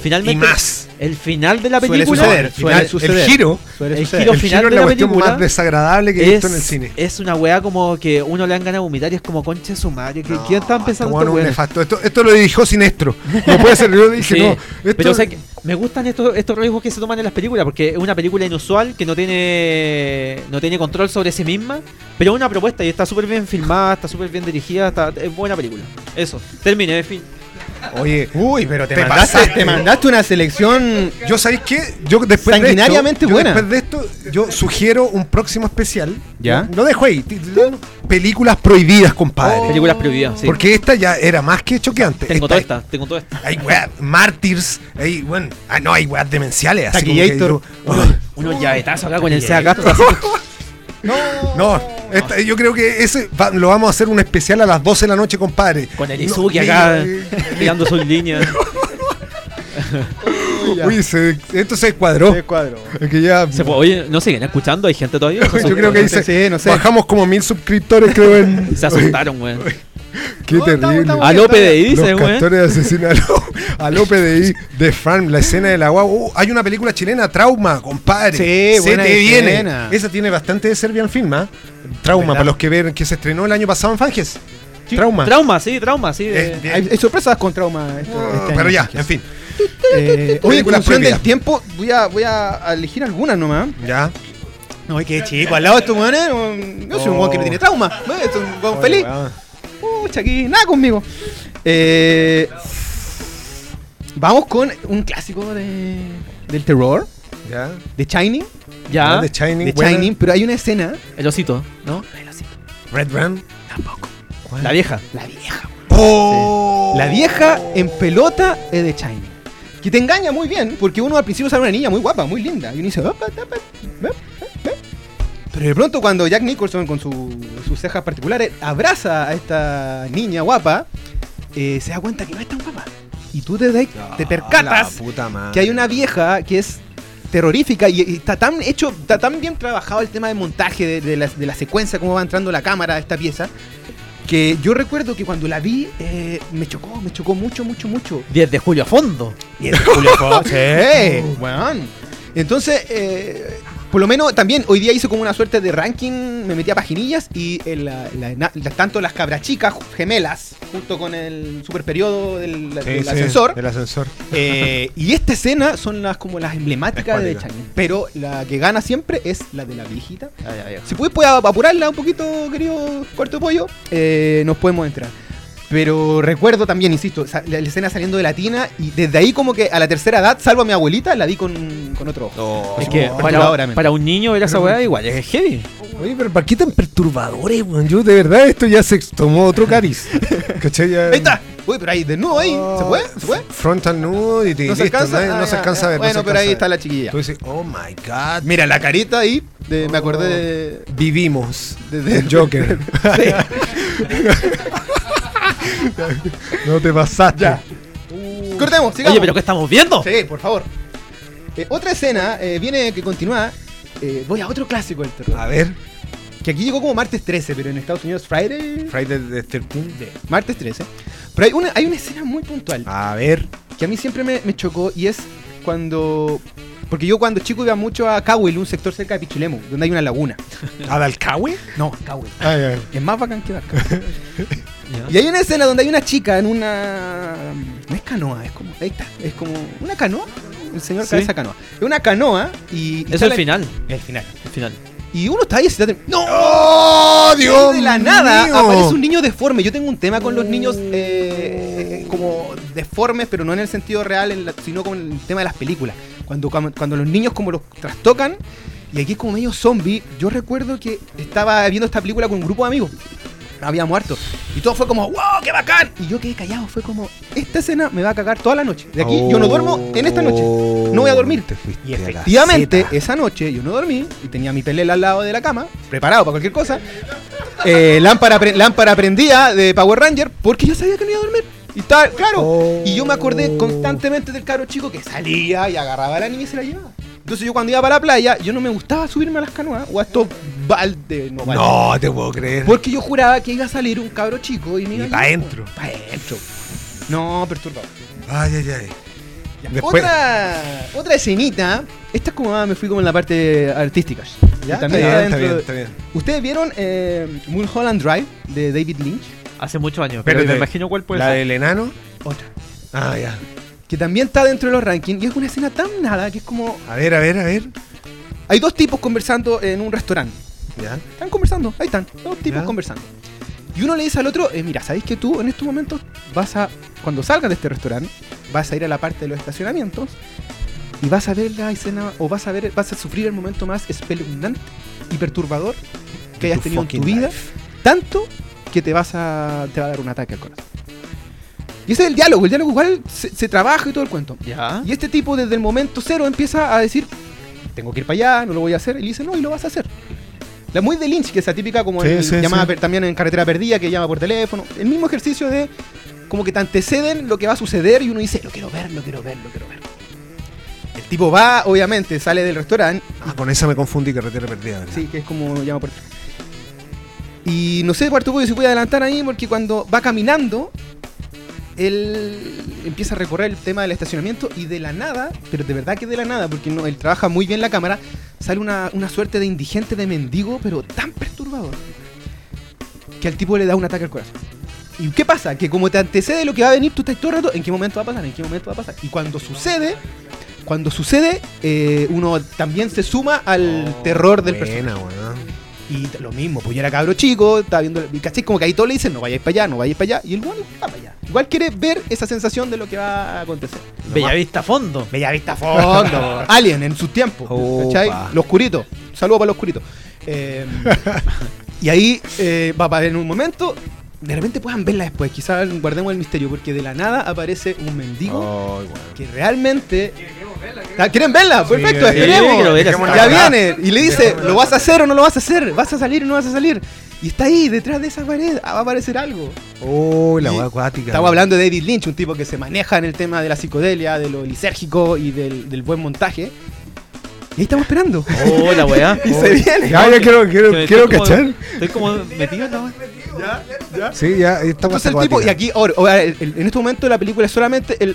Finalmente,
Y más.
el final de la
Suele
película
suceder,
El
suele
final,
suceder.
El giro.
Suele
el
suceder.
giro
el
final
giro es
de
la
la
cuestión
película
más desagradable que he visto en el cine.
es una weá como que uno le dan ganas de vomitar y es como concha de su madre. ¿qué- ¿Quién está
No, este
pensando
weón es
estos
un
weones?
nefasto. Esto, esto lo dirigió Sinestro. No puede ser. Yo dije,
Sí,
no. Esto,
Pero o sea, que me gustan estos, estos riesgos que se toman en las películas, porque es una película inusual que no tiene no tiene control sobre sí misma, pero es una propuesta y está súper bien filmada, está súper bien dirigida, está, es buena película. Eso, termine, en fin.
Oye,
Uy, pero te,
Te
mandaste,
pasaste.
te mandaste una selección.
yo sabéis qué? Yo después
Sanguinariamente
de esto, yo
buena.
después de esto, yo sugiero un próximo especial.
Ya.
Lo dejo ahí. titulado Películas prohibidas, compadre.
Películas prohibidas, Oh, sí.
Porque esta ya era más que choqueante.
tengo
Esta-
toda esta, tengo toda esta.
Hay weas, mártires, hay bueno, ah no, hay weas demenciales, así como que
Taquillator.
yo- oh,
Unos llavetazos acá con el Sea
No.
no, esta- yo creo que ese va- lo vamos a hacer un especial a las 12 de la noche, compadre.
con el
No,
Izuki
eh,
acá
eh,
tirando sus líneas.
Uy, se- esto se cuadró.
cuadro.
Es que ya,
Se fue- Oye, no siguen escuchando, hay gente todavía.
yo creo que ahí se-
Sí, no sé.
bajamos como mil suscriptores, creo. En,
se asustaron, weón.
Qué
No, estamos-
terrible.
estamos-
A Lope de I, dice,
Los
weón.
castores asesinaron a López de I, de Farm, la escena de la guagua. Uh, hay una película chilena, Trauma, compadre.
Sí,
se
buena
te viene.
escena.
Esa tiene bastante de Serbian Film, ¿ah? Trauma,
¿Verdad?
para los que ven que se estrenó el año pasado en Fanges. Trauma.
Trauma, sí, trauma, sí. de-
Eh, bien.
Hay, hay sorpresas con trauma. esto-
Uh,
este año,
pero ya,
chicas.
en fin.
Eh, oye, en
Películas
función del
prohibidas.
tiempo, voy a, voy a elegir alguna nomás.
Ya.
No, es que chico, al lado de estos weones, um, yo soy un weón que no tiene trauma. ¿no? Es un weón feliz. Pucha, aquí nada conmigo. Eh, vamos con un clásico de, del terror,
Ya.
de Shining.
ya,
De Shining.
De
buena.
Shining, pero hay una escena.
el osito, ¿no?
Red Run.
La vieja.
La vieja.
Oh.
La vieja en pelota es de Shining. Que te engaña muy bien, porque uno al principio sale una niña muy guapa, muy linda. Y uno dice, "Opa, tapa, ve, ve, ve". pero de pronto cuando Jack Nicholson con su- sus cejas particulares abraza a esta niña guapa, eh, se da cuenta que no es tan guapa. Y tú te, das- te percatas
Ah, La puta madre.
que hay una vieja que es terrorífica y, y está tan hecho, está tan bien trabajado el tema de montaje de, de la, de la secuencia, cómo va entrando la cámara a esta pieza, que yo recuerdo que cuando la vi eh, me chocó, me chocó mucho, mucho, mucho.
10 de julio a fondo.
Y es Julio Fox, ¡eh! Weón. Entonces, eh, Por lo menos también hoy día hice como una suerte de ranking, me metí a paginillas y el, la- la- na- la- tanto las cabrachicas gemelas, junto con el super periodo del, del ascensor,
El ascensor.
eh, y esta escena son las como las emblemáticas de
Acuática.
Chang. Pero la que gana siempre es la de la viejita. Si puedes, puedes apurarla un poquito, querido cuarto de pollo, eh, nos podemos entrar. Pero recuerdo también, insisto, sa- la, la escena saliendo de la tina y desde ahí como que a la tercera edad, salvo a mi abuelita, la vi con, con otro ojo.
Es que
Oh,
para,
perturbadoramente.
para un niño ver esa weá igual es heavy.
Oye, pero ¿para qué tan perturbadores, weón? Yo, de verdad, esto ya se tomó otro cariz. ¿Cachai? Ya- Oh,
Ahí está. Uy, pero ahí, desnudo ahí. ¿Se puede? ¿Se puede?
Frontal nudo y te
No se
listo,
alcanza.
nadie- No,
Ah,
se
ya,
alcanza
ya.
a ver. no
Bueno,
se
pero ahí
alcanza
está
a ver.
la chiquilla.
Tú dices, oh my god.
Mira, la carita ahí, de- me acordé de...
Vivimos.
de- de-
El Oh. Joker. no te pasaste.
Ya. Cortemos, sigamos.
Oye, pero ¿qué estamos viendo?
Sí, por favor. Eh, otra escena eh, viene que continúa. eh, voy a otro clásico del
Ah.
terror.
A ver.
Que aquí llegó como martes 13, pero en Estados Unidos Friday.
Friday the 13
Martes 13. Pero hay una, hay una escena muy
Ah.
puntual
A ver.
que a mí siempre me, me chocó y es cuando. Porque yo cuando chico iba mucho a Cahuil, un sector cerca de Pichilemu, donde hay una laguna.
¿Adalcahue?
No, Cahuil.
Ah, ya.
Es más bacán que bacán.
Ah.
Y hay una escena donde hay una chica en una. No es canoa, es como. Ahí está. Es como. ¿Una canoa? El señor
Sí.
cabeza canoa. Es una canoa y. y
Eso es
está
el
la-
final.
El final.
El final.
Y uno está ahí y se está. ¡No!
¡Oh, Dios!
de la nada
mío!
aparece un niño deforme. Yo tengo un tema con los niños eh, como deformes, pero no en el sentido real, en la- sino con el tema de las películas. Cuando, cuando los niños como los trastocan, y aquí es como medio zombie, yo recuerdo que estaba viendo esta película con un grupo de amigos. Había muerto. Y todo fue como, ¡wow, qué bacán! Y yo quedé callado, fue como, esta escena me va a cagar toda la noche. De aquí yo no duermo en esta noche. No voy a dormir.
Oh. Te fuiste
Y
a la
efectivamente,
zeta.
esa noche yo no dormí y tenía mi pelela al lado de la cama, preparado para cualquier cosa. Eh, lámpara, pre- lámpara prendida de Power Ranger porque yo sabía que no iba a dormir. Y estaba, claro.
Oh.
Y yo me acordé constantemente del cabro chico que salía y agarraba a la niña y se la llevaba. Entonces yo cuando iba para la playa, yo no me gustaba subirme a las canoas o a estos baldes. No, baldes.
No, te puedo creer.
Porque yo juraba que iba a salir un cabro chico y me iba
Y
a
pa'
llevar.
dentro.
Pa' dentro. No, perturbador.
Ay, ay, ay.
Ya.
Después-
Otra, otra escenita. Esta es como ah, me fui como en la parte artística.
Ya,
Que
está
también
bien,
está
está bien,
dentro-
está bien.
¿Ustedes vieron eh, Mulholland Drive de David Lynch?
Hace muchos años. Pero me
Espérate,
imagino cuál
pues
puede
¿La
ser.
del enano?
Otra.
Ah, ya.
Que también está dentro de los rankings y es una escena tan nada que es como...
A ver, a ver, a ver.
Hay dos tipos conversando en un restaurante.
Ya.
Están conversando, ahí están, dos tipos
Ya.
conversando. Y uno le dice al otro, eh, mira, ¿sabéis que tú en estos momentos vas a, cuando salgas de este restaurante, vas a ir a la parte de los estacionamientos y vas a ver la escena, o vas a ver, vas a sufrir el momento más espeluznante y perturbador que hayas
Tu
tenido en tu
fucking
vida,
life.
tanto que te vas a, te va a dar un ataque al corazón. Y ese es el diálogo, el diálogo igual se, se trabaja y todo el cuento.
Ya.
Y este tipo desde el momento cero empieza a decir, tengo que ir para allá, no lo voy a hacer. Y le dice, no, y lo vas a hacer. La muy de Lynch, que es típica como
Sí,
el-
sí,
llamada
sí.
per- también en carretera perdida, que llama por teléfono. El mismo ejercicio de como que te anteceden lo que va a suceder y uno dice, lo quiero ver, lo quiero ver, lo quiero ver. El tipo va, obviamente, sale del restaurante,
Ah, con esa me confundí, carretera perdida. ¿verdad?
sí, que es como llama por teléfono. Y no sé, Cuarto Pollo, si puede adelantar ahí, porque cuando va caminando, él empieza a recorrer el tema del estacionamiento y de la nada, pero de verdad que de la nada, porque no, él trabaja muy bien la cámara, sale una, una suerte de indigente, de mendigo, pero tan perturbador, que al tipo le da un ataque al corazón. ¿Y qué pasa? Que como te antecede lo que va a venir, tú estás todo el rato, ¿en qué momento va a pasar? ¿En qué momento va a pasar? Y cuando sucede, cuando sucede, eh, uno también se suma al
Oh,
terror del personaje.
Buena, weón.
Y t- lo mismo, pues yo era cabro chico, estaba viendo. Y caché como que ahí todos le dicen, no vayáis para allá, no vayáis para allá. Y el bueno va para allá. Igual quiere ver esa sensación de lo que va a acontecer.
Bellavista a fondo.
Bellavista fondo. Alien en su tiempo.
Opa.
¿Cachai? Los curitos. Saludos para los curitos. Eh, y ahí eh, va a aparecer en un momento. De repente puedan verla después. Quizás guardemos el misterio. Porque de la nada aparece un mendigo
Ay, weón.
que realmente. Ah, ¿Quieren verla? Perfecto,
sí,
esperemos.
sí, quiero verla.
Dejémosla
Ya
acá.
viene y le dice, ¿lo vas a hacer o no lo vas a hacer? ¿Vas a salir o no vas a salir? Y está ahí, detrás de esa pared, ah, va a aparecer algo.
Oh, la
Y-
weá acuática.
Estamos hablando de David Lynch, un tipo que se maneja en el tema de la psicodelia, de lo lisérgico y del, del buen montaje. Y ahí estamos esperando.
Oh, la weá.
Y se viene.
Ya, ya quiero, quiero,
Estoy
quiero
como-
cachar.
Estoy como metido en la weá.
Sí, ya, esta weá
Entonces
está
el tipo, y
acuática.
aquí, ahora, ahora, el- el- en este momento la película es solamente el...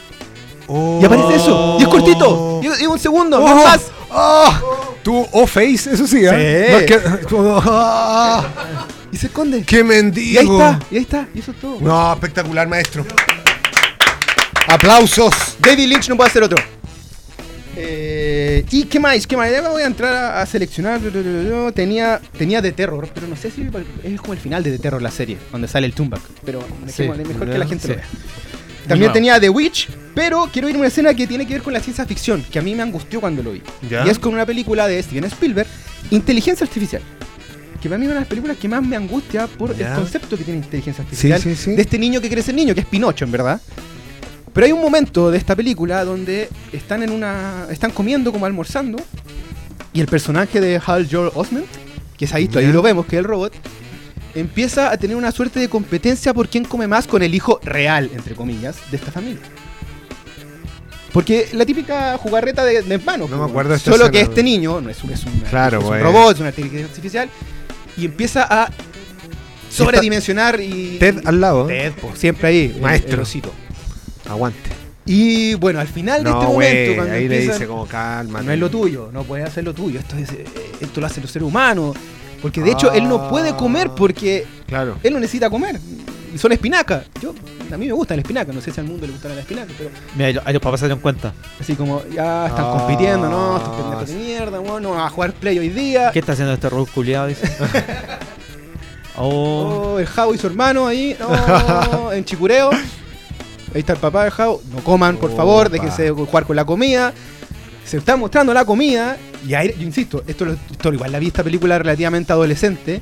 Oh.
Y aparece eso. Y es cortito. Y es y es un segundo, no
Oh.
más.
Oh. Tú, o face, eso sí, ¿ah?
Sí.
No, es que, tú- ¡Ah!
Y se esconde.
¡Qué
Y ahí
mendigo!
está, y ahí está, y eso es todo.
No, espectacular, maestro. Aplausos.
David Lynch no puede hacer otro. Eh, ¿Y qué más? ¿Qué más? Ya voy a entrar a, a seleccionar. Tenía, tenía The Terror, pero no sé si es como el final de The Terror la serie, donde sale el Tumbak. Pero dejémosle
Sí,
mejor
ya,
que la gente lo
sí.
vea. También
Nuevo.
tenía The Witch, pero quiero ir a una escena que tiene que ver con la ciencia ficción, que a mí me angustió cuando lo vi.
Ya.
Y es con una película de Steven Spielberg, Inteligencia Artificial. Que para mí es una de las películas que más me angustia por
Ya.
el concepto que tiene inteligencia artificial.
sí, sí.
De este niño que crece niño, que es Pinocho, en verdad. Pero hay un momento de esta película donde están en una. están comiendo como almorzando. Y el personaje de Hal George Osment, que es ahí, ahí
Ya.
lo vemos, que es el robot, empieza a tener una suerte de competencia por quién come más con el hijo real, entre comillas, de esta familia. Porque la típica jugarreta de, de hermanos.
No me
pues,
acuerdo de esta
Solo
escena,
que
weón.
este niño no es un, es un-
Claro,
es un
weón.
robot, es una inteligencia artificial. Y empieza a sobredimensionar y.
Ted al lado. ¿eh?
Ted, pues, siempre ahí, el-
Maestro.
el osito.
Aguante.
Y bueno, al final de este
No,
momento,
güey.
cuando
Ahí le
empiezan-
dice como calma.
no es lo tuyo, no puedes hacer lo tuyo, esto, es, eh, esto lo hacen los seres humanos. Porque de hecho él no puede comer
Ah.
porque
Claro.
él no necesita comer. Y son espinacas. Yo, a mí me gustan las espinacas, no sé si al mundo le gustan las espinacas, pero
Mira, ahí lo- ahí los papás se dieron cuenta.
así como ya están
Ah.
compitiendo, no, estos pendejos de mierda, bueno, no van a jugar play hoy día.
¿Qué está haciendo este robot culiado? Dice. oh,
Oh, el Jao y su hermano ahí, no, en chicureo. Ahí está el papá del Jao. No coman, por favor,
Opa.
déjense jugar con la comida. Se está mostrando la comida. Y ahí, yo insisto, esto, lo, esto igual la vi esta película relativamente adolescente.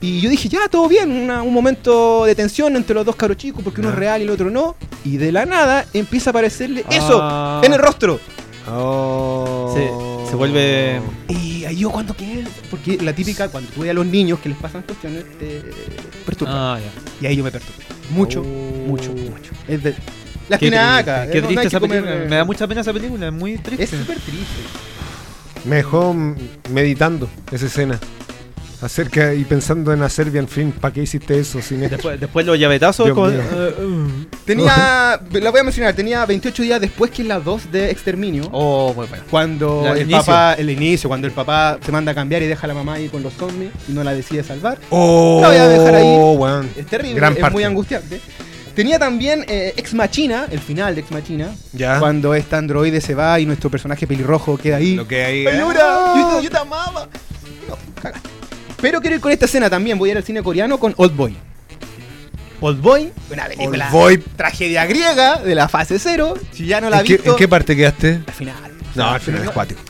Y yo dije, ya, todo bien, una- un momento de tensión entre los dos caros chicos, porque uno
Ya.
es real y el otro no. Y de la nada empieza a aparecerle eso
Ah.
en el rostro.
Oh.
se, se vuelve.
Y ahí yo cuando quedé, porque la típica, cuando tú ves a los niños que les pasan cuestiones, te perturba.
Ah, ya.
Y ahí yo me perturbé. Mucho,
Oh.
mucho, mucho. Es de... La
Qué
espinaca.
triste, qué
eh, no, no
triste
hay que
esa
comer,
película.
eh,
Me da mucha pena esa película, es muy triste.
Es súper triste.
Me dejó mm, meditando esa escena. Acerca y pensando en hacer bien film. ¿Para qué hiciste eso sin esto?
Después, después los llavetazos.
Dios
con-
mío.
eh,
Tenía, la voy a mencionar, tenía 28 días después que la 2 de Exterminio.
oh, muy bueno.
Cuando
La- el
el
inicio.
papá, el inicio, cuando el papá se manda a cambiar y deja a la mamá ahí con los zombies y no la decide salvar.
Oh,
La voy a dejar ahí.
weón.
Es terrible,
Gran
es
parte.
muy angustiante. Tenía también eh, Ex Machina, el final de Ex Machina,
Ya.
cuando este androide se va y nuestro personaje pelirrojo queda ahí.
Lo que hay. eh.
¡Pelura! Yo, te- yo te amaba. No, cagaste. Pero quiero ir con esta escena también. Voy a ir al cine coreano con Old Boy. Old Boy, una película.
Old Boy.
Tragedia griega de la fase cero. Si ya no la
¿En
has
qué,
visto.
en qué parte quedaste?
al final.
No, al final
Pero
es
no-
cuático.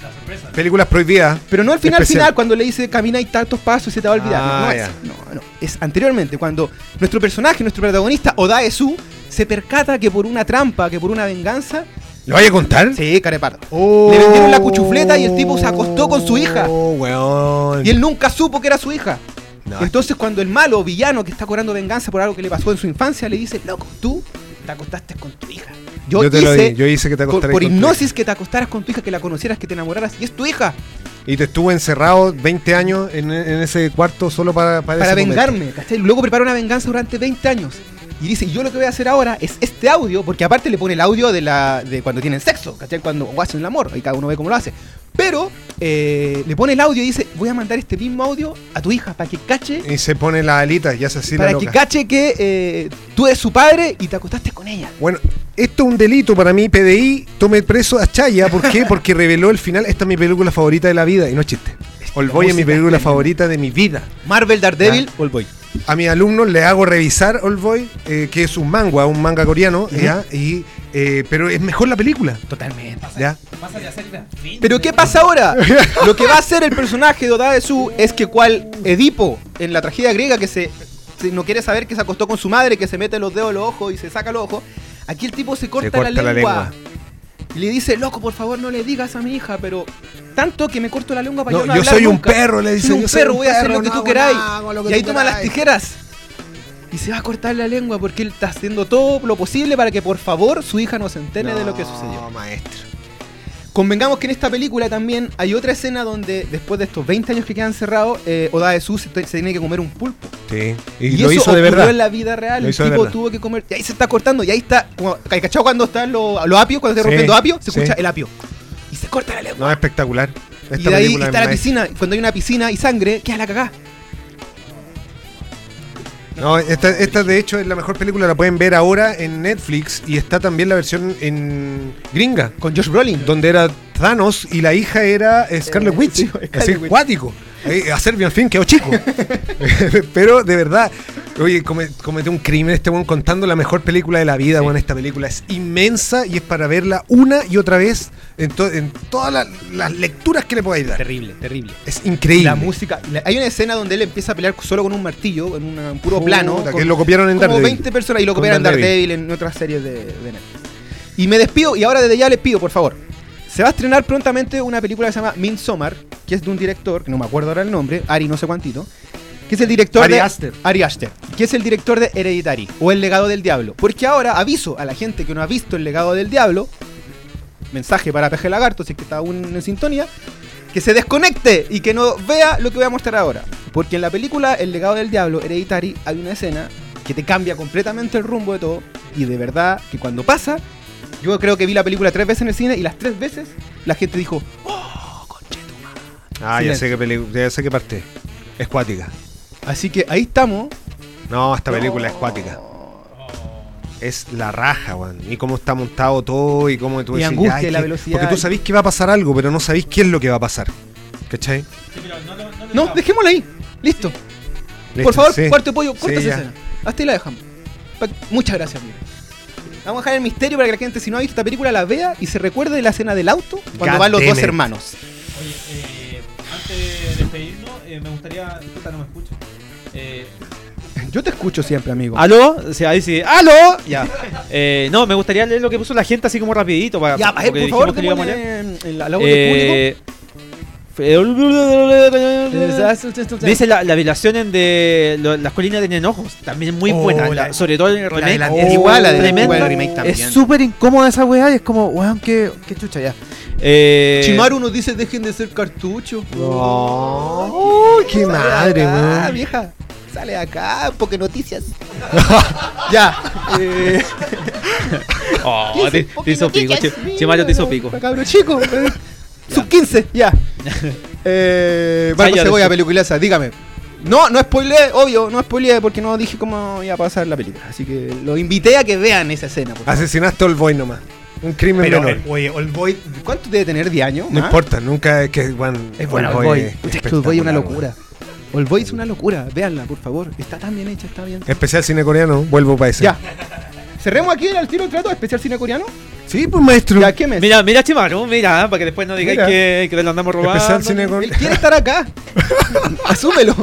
Películas prohibidas.
Pero no al final,
Especial.
final, cuando le dice camina y tantos pasos y se te va a olvidar.
Ah,
no, no,
ya.
es, no, no. Es anteriormente, cuando nuestro personaje, nuestro protagonista, Odae Su, se percata que por una trampa, que por una venganza.
¿Lo vaya a contar?
Sí, carepardo.
Oh.
Le vendieron la cuchufleta y el tipo se acostó con su hija.
Oh, weón.
Y él nunca supo que era su hija.
No,
Entonces cuando el malo villano que está cobrando venganza por algo que le pasó en su infancia le dice, loco, tú te acostaste con tu hija. Yo,
yo, te lo
hice
di. Yo hice que te
por,
acostaras
por
con tu
hipnosis que te acostaras con tu hija, que la conocieras, que te enamoraras, y es tu hija,
hija. Y te estuve encerrado 20 años en, en ese cuarto solo para Para,
para
ese momento.
vengarme. ¿cachai? Luego prepara una venganza durante 20 años. Y dice, yo lo que voy a hacer ahora es este audio, porque aparte le pone el audio de la de cuando tienen sexo, ¿cachai? Cuando o hacen el amor, ahí cada uno ve cómo lo hace. Pero eh, le pone el audio y dice, voy a mandar este mismo audio a tu hija para que cache
Y se pone las alitas y hace así
para
la
que
loca.
cache que eh, tú eres su padre y te acostaste con ella.
Bueno, esto es un delito para mí. PDI tome preso a Chaya. ¿Por qué? Porque reveló el final. Esta es mi película favorita de la vida. Y no es chiste. Olboy es mi
música
película
es tremenda.
favorita de mi vida.
Marvel Daredevil, Old Boy.
A mis alumnos les hago revisar Oldboy, eh, que es un manga, un manga coreano,
Ujú.
¿ya? Y, eh, pero es mejor la película,
Totalmente.
¿ya?
Pero ¿qué pasa ahora? Lo que va a hacer el personaje de Odaesu es que cual Edipo en la tragedia griega que se, se- no quiere saber que se acostó con su madre, que se mete los dedos en los ojos y se saca los ojos, aquí el tipo se corta,
corta la
la, lengua,
lengua.
Y le dice, loco, por favor no le digas a mi hija, pero tanto que me corto la lengua para
No,
Pues yo no
yo
hablar
soy un
nunca".
perro, le dice.
Soy un
yo soy
perro, voy a hacer
perro,
lo que
no
tú
hago
queráis.
nada, hago lo que
Y ahí
tú
toma las
queráis.
tijeras. Y se va a cortar la lengua porque él está haciendo todo lo posible para que por favor su hija no se entere de lo que
No,
sucedió.
maestro.
Convengamos que en esta película también hay otra escena donde después de estos 20 años que quedan cerrados, eh, Oda Su se, te- se tiene que comer un pulpo.
Sí. Y,
Y,
lo
eso
hizo de
ocurrió
verdad.
en la vida real.
Lo
El
hizo de
tipo
verdad.
tuvo que comer. Y ahí se está cortando. Y ahí está. Como, ¿Cachado cuando están los los apios? Cuando se
Sí,
rompiendo apios, se
sí.
escucha el apio. Y se corta la lengua.
No, espectacular.
y
Esta
de ahí
película
está
es
la
maestra.
piscina. Cuando hay una piscina y sangre, queda la cagá.
No, esta, esta de hecho es la mejor película, la pueden ver ahora en Netflix y está también la versión en gringa,
Con Josh Brolin.
donde era Thanos y la hija era Scarlet
Eh,
Witch.
sí, Scarlet
así,
Witch.
cuático. Eh, A Serbia, al fin, quedó chico. Pero de verdad, oye, come- cometió un crimen este weón contando la mejor película de la vida, weón. Esta película es inmensa y es para verla una y otra vez en, to- en todas la- las lecturas que le podáis dar.
Terrible, terrible.
Es increíble.
La música. la- hay una escena donde él empieza a pelear solo con un martillo, en una- un puro
Puta,
plano.
que
con-
lo copiaron en
como
Daredevil.
20 personas y lo
Con
copiaron en
Daredevil.
Daredevil en otras series de, de Netflix. Y me despido, y ahora desde ya les pido, por favor. Se va a estrenar prontamente una película que se llama Midsommar, que es de un director, que no me acuerdo ahora el nombre, Ari no sé cuántito, que es el director
Ari
de...
Aster.
Ari Aster, que es el director de Hereditary, o El legado del diablo. Porque ahora aviso a la gente que no ha visto El legado del diablo, mensaje para Peje Lagarto, si es que está aún en sintonía, que se desconecte y que no vea lo que voy a mostrar ahora. Porque en la película El legado del diablo, Hereditary, hay una escena que te cambia completamente el rumbo de todo. Y de verdad que cuando pasa, yo creo que vi la película tres veces en el cine y las tres veces la gente dijo,
Ah, ya
Silencio.
sé, qué peli- ya sé qué parte. Es cuática.
así que ahí estamos.
No, esta película es cuática. Es la raja, weón. Y cómo está montado todo y cómo tú
Y
decís,
angustia,
"Ay,
la
que-".
velocidad.
Porque tú sabés que va a pasar algo, pero no sabés qué es lo que va a pasar. ¿Cachai?
No, dejémosla ahí. Listo.
Listo,
Por favor,
sí.
cuarto pollo, corta
Sí,
esa
ya.
escena. Hasta ahí la dejamos. Pa- Muchas gracias, amigo. Vamos a dejar el misterio para que la gente, si no ha visto esta película, la vea y se recuerde de la escena del auto cuando
God
van los
damn
dos
it.
hermanos.
Oye, eh, antes de despedirnos, eh, me gustaría. Puta, no me escucho. Eh,
Yo te escucho siempre, amigo.
¿Aló? O sea, ahí sí. ¡Aló! Ya. Eh, no, me gustaría leer lo que puso la gente así como rapidito. Para,
ya, eh,
porque
por
dijimos
favor,
que lo íbamos a
démosle
leer.
en- en la- la voz del
Eh, fe-
público.
Dice la, la violación en de lo- las colinas de enojos, también muy
Oh,
buena,
la-
la- sobre todo en el remake.
de la-
Oh,
es igual, la de-
tremenda.
igual el remake también.
Es súper incómoda esa weá, y es como, weón, qué, qué chucha ya. Eh,
Chimaru nos dice, dejen de ser cartucho.
No. Uy, qué
Sale
madre,
de acá,
weón.
vieja. Sale de acá, porque noticias. ya. eh,
Oh, te, te hizo pico, Chi- Chimaru te hizo pico.
Pa' Cabro chico. eh. Sub 15, ya. Eh, Marco
Cállate,
Cebolla,
sub-
peliculaza, dígame. No, no spoileé, obvio, no spoileé porque no dije cómo iba a pasar la película. Así que lo invité a que vean esa escena. por favor.
Asesinaste a Old Boy nomás. Un crimen
Pero,
menor.
eh, oye, Old Boy, ¿cuánto debe tener? ¿10 años?
No
más?
importa, nunca es que weón,
Es bueno,
Old
Old
Boy
Boy.
es
Pucha, es que Old Boy es una
espectacular,
locura. Old Boy es una locura, véanla, por favor. Está tan bien hecha, está bien.
weón. Especial cine coreano, vuelvo para ese.
Ya. Cerremos aquí el al tiro trato especial cine coreano.
Sí, pues maestro.
Ya, ¿qué mes?
Mira, mira Chimaru, mira, para que después no digáis
Mira.
que, que te lo andamos robando.
Especial cine
Él
coreano.
quiere estar acá. Asúmelo.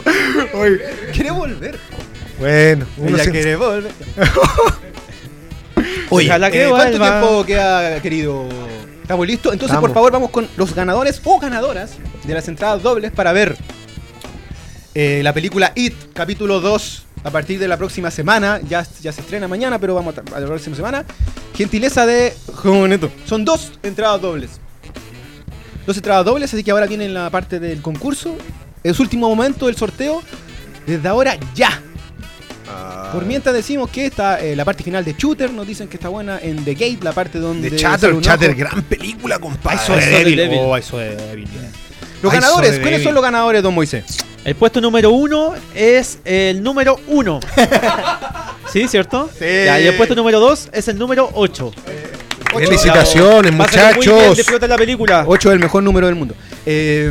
Oye,
Quiere volver.
Bueno, uno siempre-
volver.
Oye, Ojalá que
Eh, ¿Cuánto
vuelva.
tiempo queda, querido? ¿Estamos listos? Entonces, por
Estamos.
favor, vamos con los ganadores o ganadoras de las entradas dobles para ver eh, la película It, capítulo 2, a partir de la próxima semana. Ya, ya se estrena mañana, pero vamos a, tra- a la próxima semana. Gentileza de Joveneto. Son dos entradas dobles. Dos entradas dobles, así que ahora viene la parte del concurso. Es último momento del sorteo. Desde ahora ya.
Ah.
Por mientras decimos que está eh, la parte final de Shooter, nos dicen que está buena en The Gate, la parte donde.
De Chatter,
sale un
Chatter,
ojo.
gran película, compadre.
Eso es débil.
Oh, eso es débil.
Los
Ay,
ganadores,
sobre
¿cuáles
débil.
son los ganadores, don Moisés?
El puesto número uno es el número uno. ¿Sí, cierto?
Sí.
Ya, y el puesto número dos es el número ocho.
Felicitaciones,
Va a salir muy bien de
muchachos.
pelota la película.
8 es el mejor número del mundo. Eh,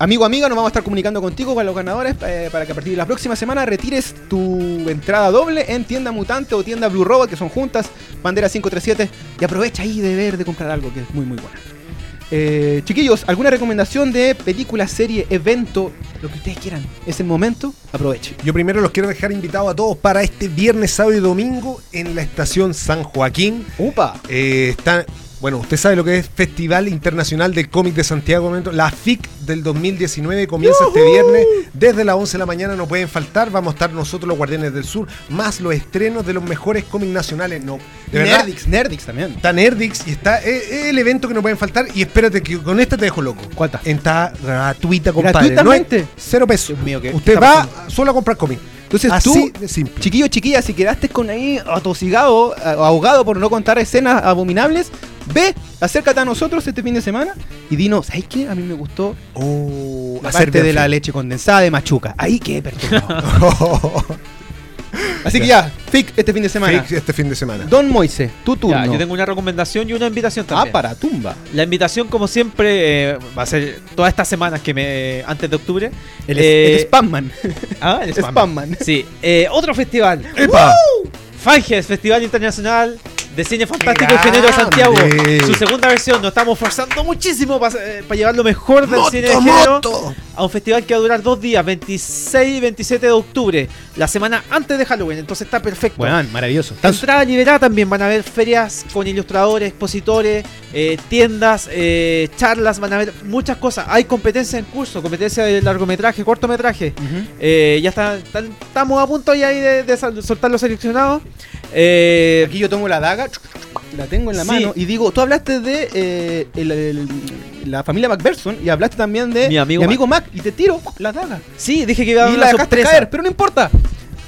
amigo, amiga, nos vamos a estar comunicando contigo con los ganadores eh, para que a partir de la próxima semana retires tu entrada doble en tienda mutante o tienda Blue Robot, que son juntas, bandera 537, y aprovecha ahí de ver, de comprar algo que es muy, muy buena. Eh, chiquillos, ¿alguna recomendación de película, serie, evento? Lo que ustedes quieran. Es el momento, aprovechen.
Yo primero los quiero dejar invitados a todos para este viernes, sábado y domingo en la estación San Joaquín.
¡Upa!
Eh, está, bueno, usted sabe lo que es Festival Internacional del Cómic de Santiago. momento, La FIC del 2019 comienza este viernes. Desde las 11 de la mañana no pueden faltar. Vamos a estar nosotros los Guardianes del Sur, más los estrenos de los mejores cómics nacionales. No, de verdad,
Nerdix, Nerdix también.
Está Nerdix y está eh, eh, el evento que no pueden faltar. Y espérate que con esta te dejo loco.
¿Cuánta?
Está gratuita, compadre.
¿Gratuitamente?
No es- cero pesos.
Dios mío, ¿qué- qué
Usted
está
va
pasando?
solo a comprar cómic.
Entonces
Así
tú,
de simple.
chiquillo, chiquilla, si quedaste con ahí atosigado, a- ahogado por no contar escenas abominables, Ve, acércate a nosotros este fin de semana y dinos, ¿sabes qué? A mí me gustó
Oh,
la
hacer
parte de
bien
la
frío.
leche condensada de Machuca. Ahí quedé perturbado. Así que ya, FIC este fin de semana.
Fix este fin de semana.
Don Moise, tu turno.
Ya, yo tengo una recomendación y una invitación
Ah,
también.
para tumba.
La invitación, como siempre, eh, va a ser todas estas semanas que me antes de octubre.
El,
Eh,
el Spamman.
Ah, el Spam.
Spamman.
Sí, eh, otro festival.
¡Epa!
Fanges, Festival Internacional de Cine Fantástico y
¡Grande!
Género de Santiago. Su segunda versión. Nos estamos forzando muchísimo para llevar lo mejor del cine de
¡Moto,
género
moto!
a un festival que va a durar dos días, 26 y 27 de octubre, la semana antes de Halloween. Entonces está perfecto.
Bueno, maravilloso. Tan-
Entrada liberada también, van a haber ferias con ilustradores, expositores, eh, tiendas, eh, charlas, van a haber muchas cosas. Hay competencia en curso, competencia de largometraje, cortometraje.
Ujú.
Eh, ya está- están- estamos a punto ya ahí de, de sal- soltar los seleccionados. Eh,
Aquí yo tomo la daga, la tengo en la
Sí.
mano y digo, tú hablaste de eh, el- el- la familia McPherson y hablaste también de
Mi amigo
Mac. y te tiro la daga.
sí, dije que iba a haber
Y la
una
dejaste
sorpresa.
caer, pero no importa.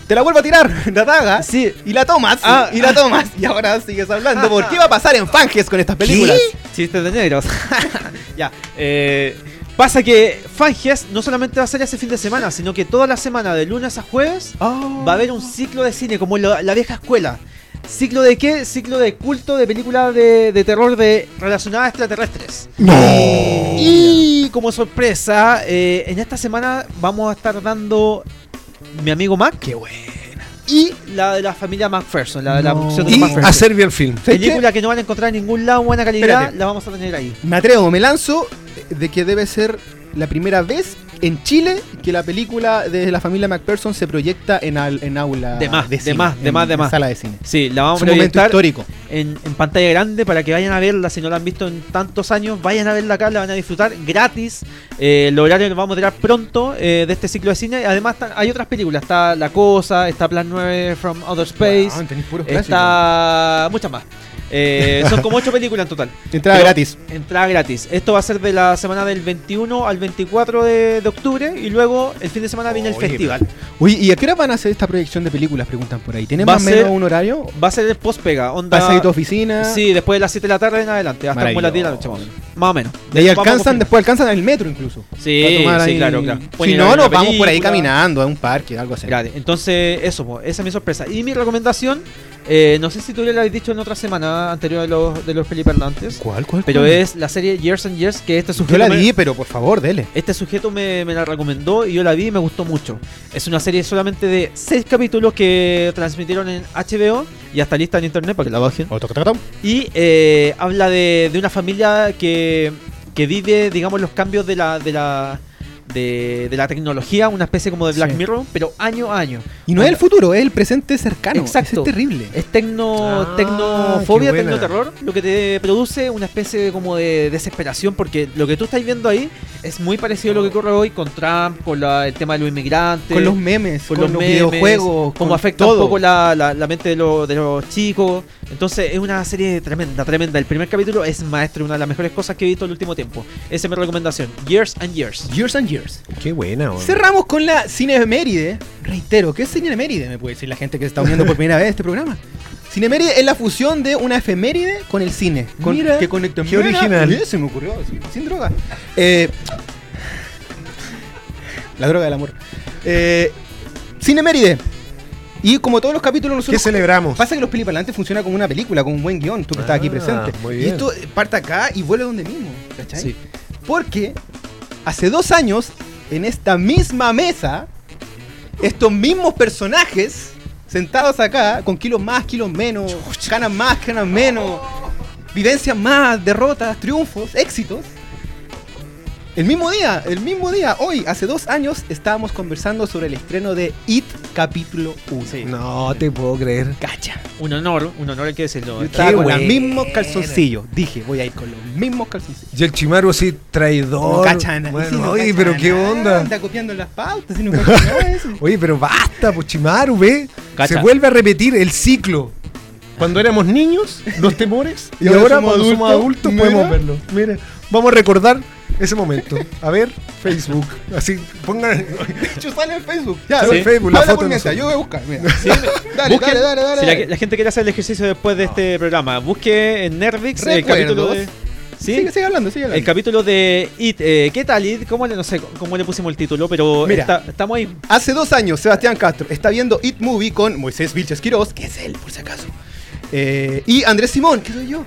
Te la vuelvo a tirar, la daga.
Sí.
Y la tomas,
Ah.
y la tomas, y ahora sigues hablando. ¿Por qué va a pasar en Fanges con estas películas?
Chistes este de negros. ya. eh, pasa que Fangias no solamente va a ser ese fin de semana, sino que toda la semana, de lunes a jueves, va a haber un ciclo de cine, como la, la vieja escuela. ¿Ciclo de qué? Ciclo de culto de películas de, de terror de, relacionadas a extraterrestres.
¡No!
Y como sorpresa, eh, en esta semana vamos a estar dando mi amigo Mac. Qué buena. Y la de la familia MacPherson, la de la
No.
producción de los
Y
MacPherson.
hacer bien film.
¿Sabes qué?
Película que no van a encontrar en ningún lado en buena calidad,
Espérate.
la vamos a tener ahí.
Me atrevo, me lanzo de que debe ser la primera vez en Chile que la película de la familia McPherson se proyecta en, al- en aula
De más, de
cine,
más, de
en-
más, de
en
más.
sala de cine.
Sí, la vamos
Es
a
un momento
proyectar
histórico.
en, en pantalla grande para que vayan a verla. Si no la han visto en tantos años, vayan a verla acá, la van a disfrutar gratis. Eh, el horario lo vamos a tirar pronto eh, de este ciclo de cine. Además, ta- hay otras películas: está La Cosa, está Plan 9 from Outer Space,
Wow, tenés puros clásicos.
está muchas más. Eh, son como ocho películas en total.
Entrada
Pero-
gratis.
Entrada gratis. Esto va a ser de la semana del 21 al 24 de, de octubre y luego el fin de semana viene el
Oye,
festival.
Oye, ¿y a qué hora van a hacer esta proyección de películas? Preguntan por ahí. ¿Tienen
Va
más o
a ser-
menos un horario?
Va a ser el post pega, onda.
¿Vas a ir a tu oficina?
Sí, después de las 7 de la tarde en adelante, hasta como las 10 de la noche más o menos. Más o menos.
De ahí
Vamos
alcanzan,
confirmando.
después alcanzan el metro incluso.
Sí,
Para tomar
sí,
ahí-
claro, claro.
Si
Pueden ir a
no,
ver
nos
la
vamos por ahí
película.
caminando a un parque, algo así.
Gratis. Entonces, eso, po, esa es mi sorpresa. Y mi recomendación, eh, no sé si tú ya lo habías dicho en otra semana anterior de los, de los Felipe Hernández,
¿Cuál, cuál?
pero es la serie Years and Years que este
Mm. Yo
sujeto,
la
me,
di, pero por favor, dele.
este sujeto me, me la recomendó y yo la vi y me gustó mucho. Es una serie solamente de 6 capítulos que transmitieron en HBO y hasta lista en internet para que la bajen. Y eh, habla de, de una familia que, que vive, digamos, los cambios de la, de la, de, de la tecnología, una especie como de Black
Sí.
Mirror, pero año a año.
Y no es el futuro, es el presente cercano.
Exacto.
Ese
Este,
Es terrible.
Es tecno,
Ah,
tecnofobia,
qué buena.
tecnoterror, lo que te produce una especie de, como de desesperación, porque lo que tú estás viendo ahí es muy parecido a lo que ocurre hoy con Trump, con la- el tema de los inmigrantes.
Con los memes,
con
con,
los
los,
memes,
videojuegos,
cómo
con
afecta un
todo.
poco la, la- la mente de, los- de los chicos. Entonces es una serie tremenda, tremenda. El primer capítulo es maestro, una de las mejores cosas que he visto en el último tiempo. Esa es mi recomendación. Years and Years.
Years and Years.
Qué buena, oh. weón.
Cerramos con la Cineméride. Reitero, ¿qué es Cineméride? Me puede decir la gente que se está uniendo por primera vez a este programa. Cineméride es la fusión de una efeméride con el cine. Con,
Mira,
que conecta
qué original.
Mira, se me ocurrió, sí, sin droga. Eh, la droga del amor. Eh, Cineméride. Y como todos los capítulos
¿Qué
nosotros...
celebramos?
Pasa que los pelipalantes funciona como una película, con un buen guión, tú que estás aquí
Ah,
presente.
muy
Y
bien.
esto parte acá y vuelve donde mismo, ¿cachai?
Sí.
Porque hace dos años, en esta misma mesa, estos mismos personajes, sentados acá, con kilos más, kilos menos, ganan más, ganan menos, vivencias más, derrotas, triunfos, éxitos. El mismo día, el mismo día, hoy, hace dos años, estábamos conversando sobre el estreno de It capítulo 1.
No te puedo creer.
Cacha.
Un honor, un honor hay que decirlo.
Yo estaba
Qué
con los
bueno.
mismos calzoncillos. Dije, voy a ir con los mismos calzoncillos.
Y el Chimaru así,
No
traidor.
cacha nada.
Oh, Bueno,
Sí, no
oye,
cacha
pero qué
nada,
onda.
Anda copiando las pautas y no cacha nada de eso.
Oye, pero basta, pues Chimaru, ve.
Cacha.
Se vuelve a repetir el ciclo. Cuando éramos niños, los temores, y, ahora, cuando somos adultos, podemos
mira.
verlo. Mira, vamos a recordar ese momento. A ver, Facebook. Así, pongan.
De hecho, sale en Facebook. Ya,
Sale
sí.
en Facebook, la
Habla
foto
por
de
Mesa,
nosotros.
Yo voy a buscar. Mira. dale,
Busquen-
dale, dale, dale,
Si
dale.
la, la gente quiere hacer el ejercicio después de este programa, busque en Nervix el
Recuerdos.
capítulo de. ¿Sí?
Sigue, sigue hablando, sigue hablando.
El capítulo de It, eh, ¿qué tal It? ¿Cómo le, no sé cómo le pusimos el título? Pero
Mira.
está- estamos ahí.
Hace dos años, Sebastián Castro está viendo It Movie con Moisés Vilches Quirós, que es él, por si acaso. Eh, y Andrés Simón, que soy yo.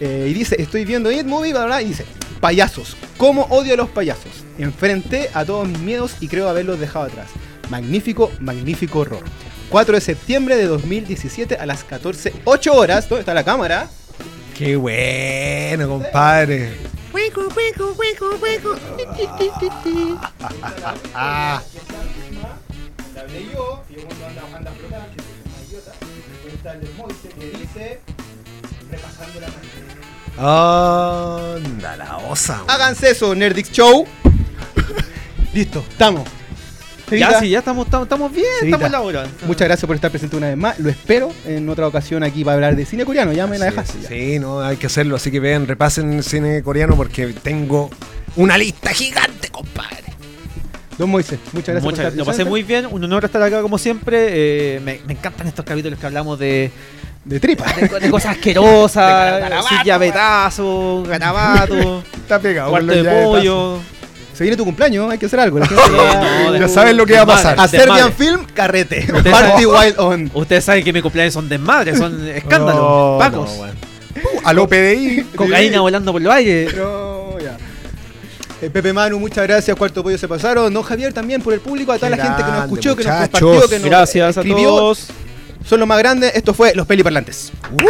Eh, y dice, estoy viendo It Movie, bla, bla, bla, y dice, payasos, ¿cómo odio a los payasos? Enfrenté a todos mis miedos y creo haberlos dejado atrás. Magnífico, magnífico horror. 4 de septiembre de 2017 a las 14, 8 horas. ¿Dónde está la cámara?
Qué bueno, compadre. Ah,
La hablé yo, y yo cuando anda, anda por acá, que soy una idiota, está el de Moise que dice, repasando la canción.
anda la osa. güey.
Háganse eso, Nerdix Show. Listo, estamos.
Ya,
Evita,
sí, ya estamos, estamos, estamos bien,
Evita.
estamos en la hora.
Muchas gracias por estar presente una vez más. Lo espero en otra ocasión aquí para hablar de cine coreano. Ya me la
Así
dejaste. ya.
es. Sí, no, hay que hacerlo. Así que vean, repasen cine coreano porque tengo una lista gigante, compadre.
Don Moise, muchas gracias
Muchas-
por estar
lo pasé
presente.
muy bien, un honor estar acá como siempre. eh, me, me encantan estos capítulos que hablamos de,
De tripa.
de- de cosas
De
asquerosas,
garabato,
sus llavetazos, garabato,
Está pegado.
cuarto de pollo.
Se viene tu cumpleaños, hay que hacer algo. La gente va-
no, de-
Ya sabes lo que va a
desmadre,
pasar.
Hacer
desmadre.
bien film, carrete.
Ustedes
Party
saben-
wild on.
Ustedes saben que mis cumpleaños son desmadres, son escándalos,
Oh,
pacos,
Uh, al OPDI.
cocaína volando por los aires.
No, ya. Eh, Pepe Manu, muchas gracias. Cuarto Pollo se pasaron. Don Javier también por el público. A toda
Qué
la gente que nos
grande,
escuchó, que nos
muchachos.
compartió, que nos
Gracias a
escribió.
todos.
Son los más grandes. Esto fue Los Peliparlantes.
¡Woo!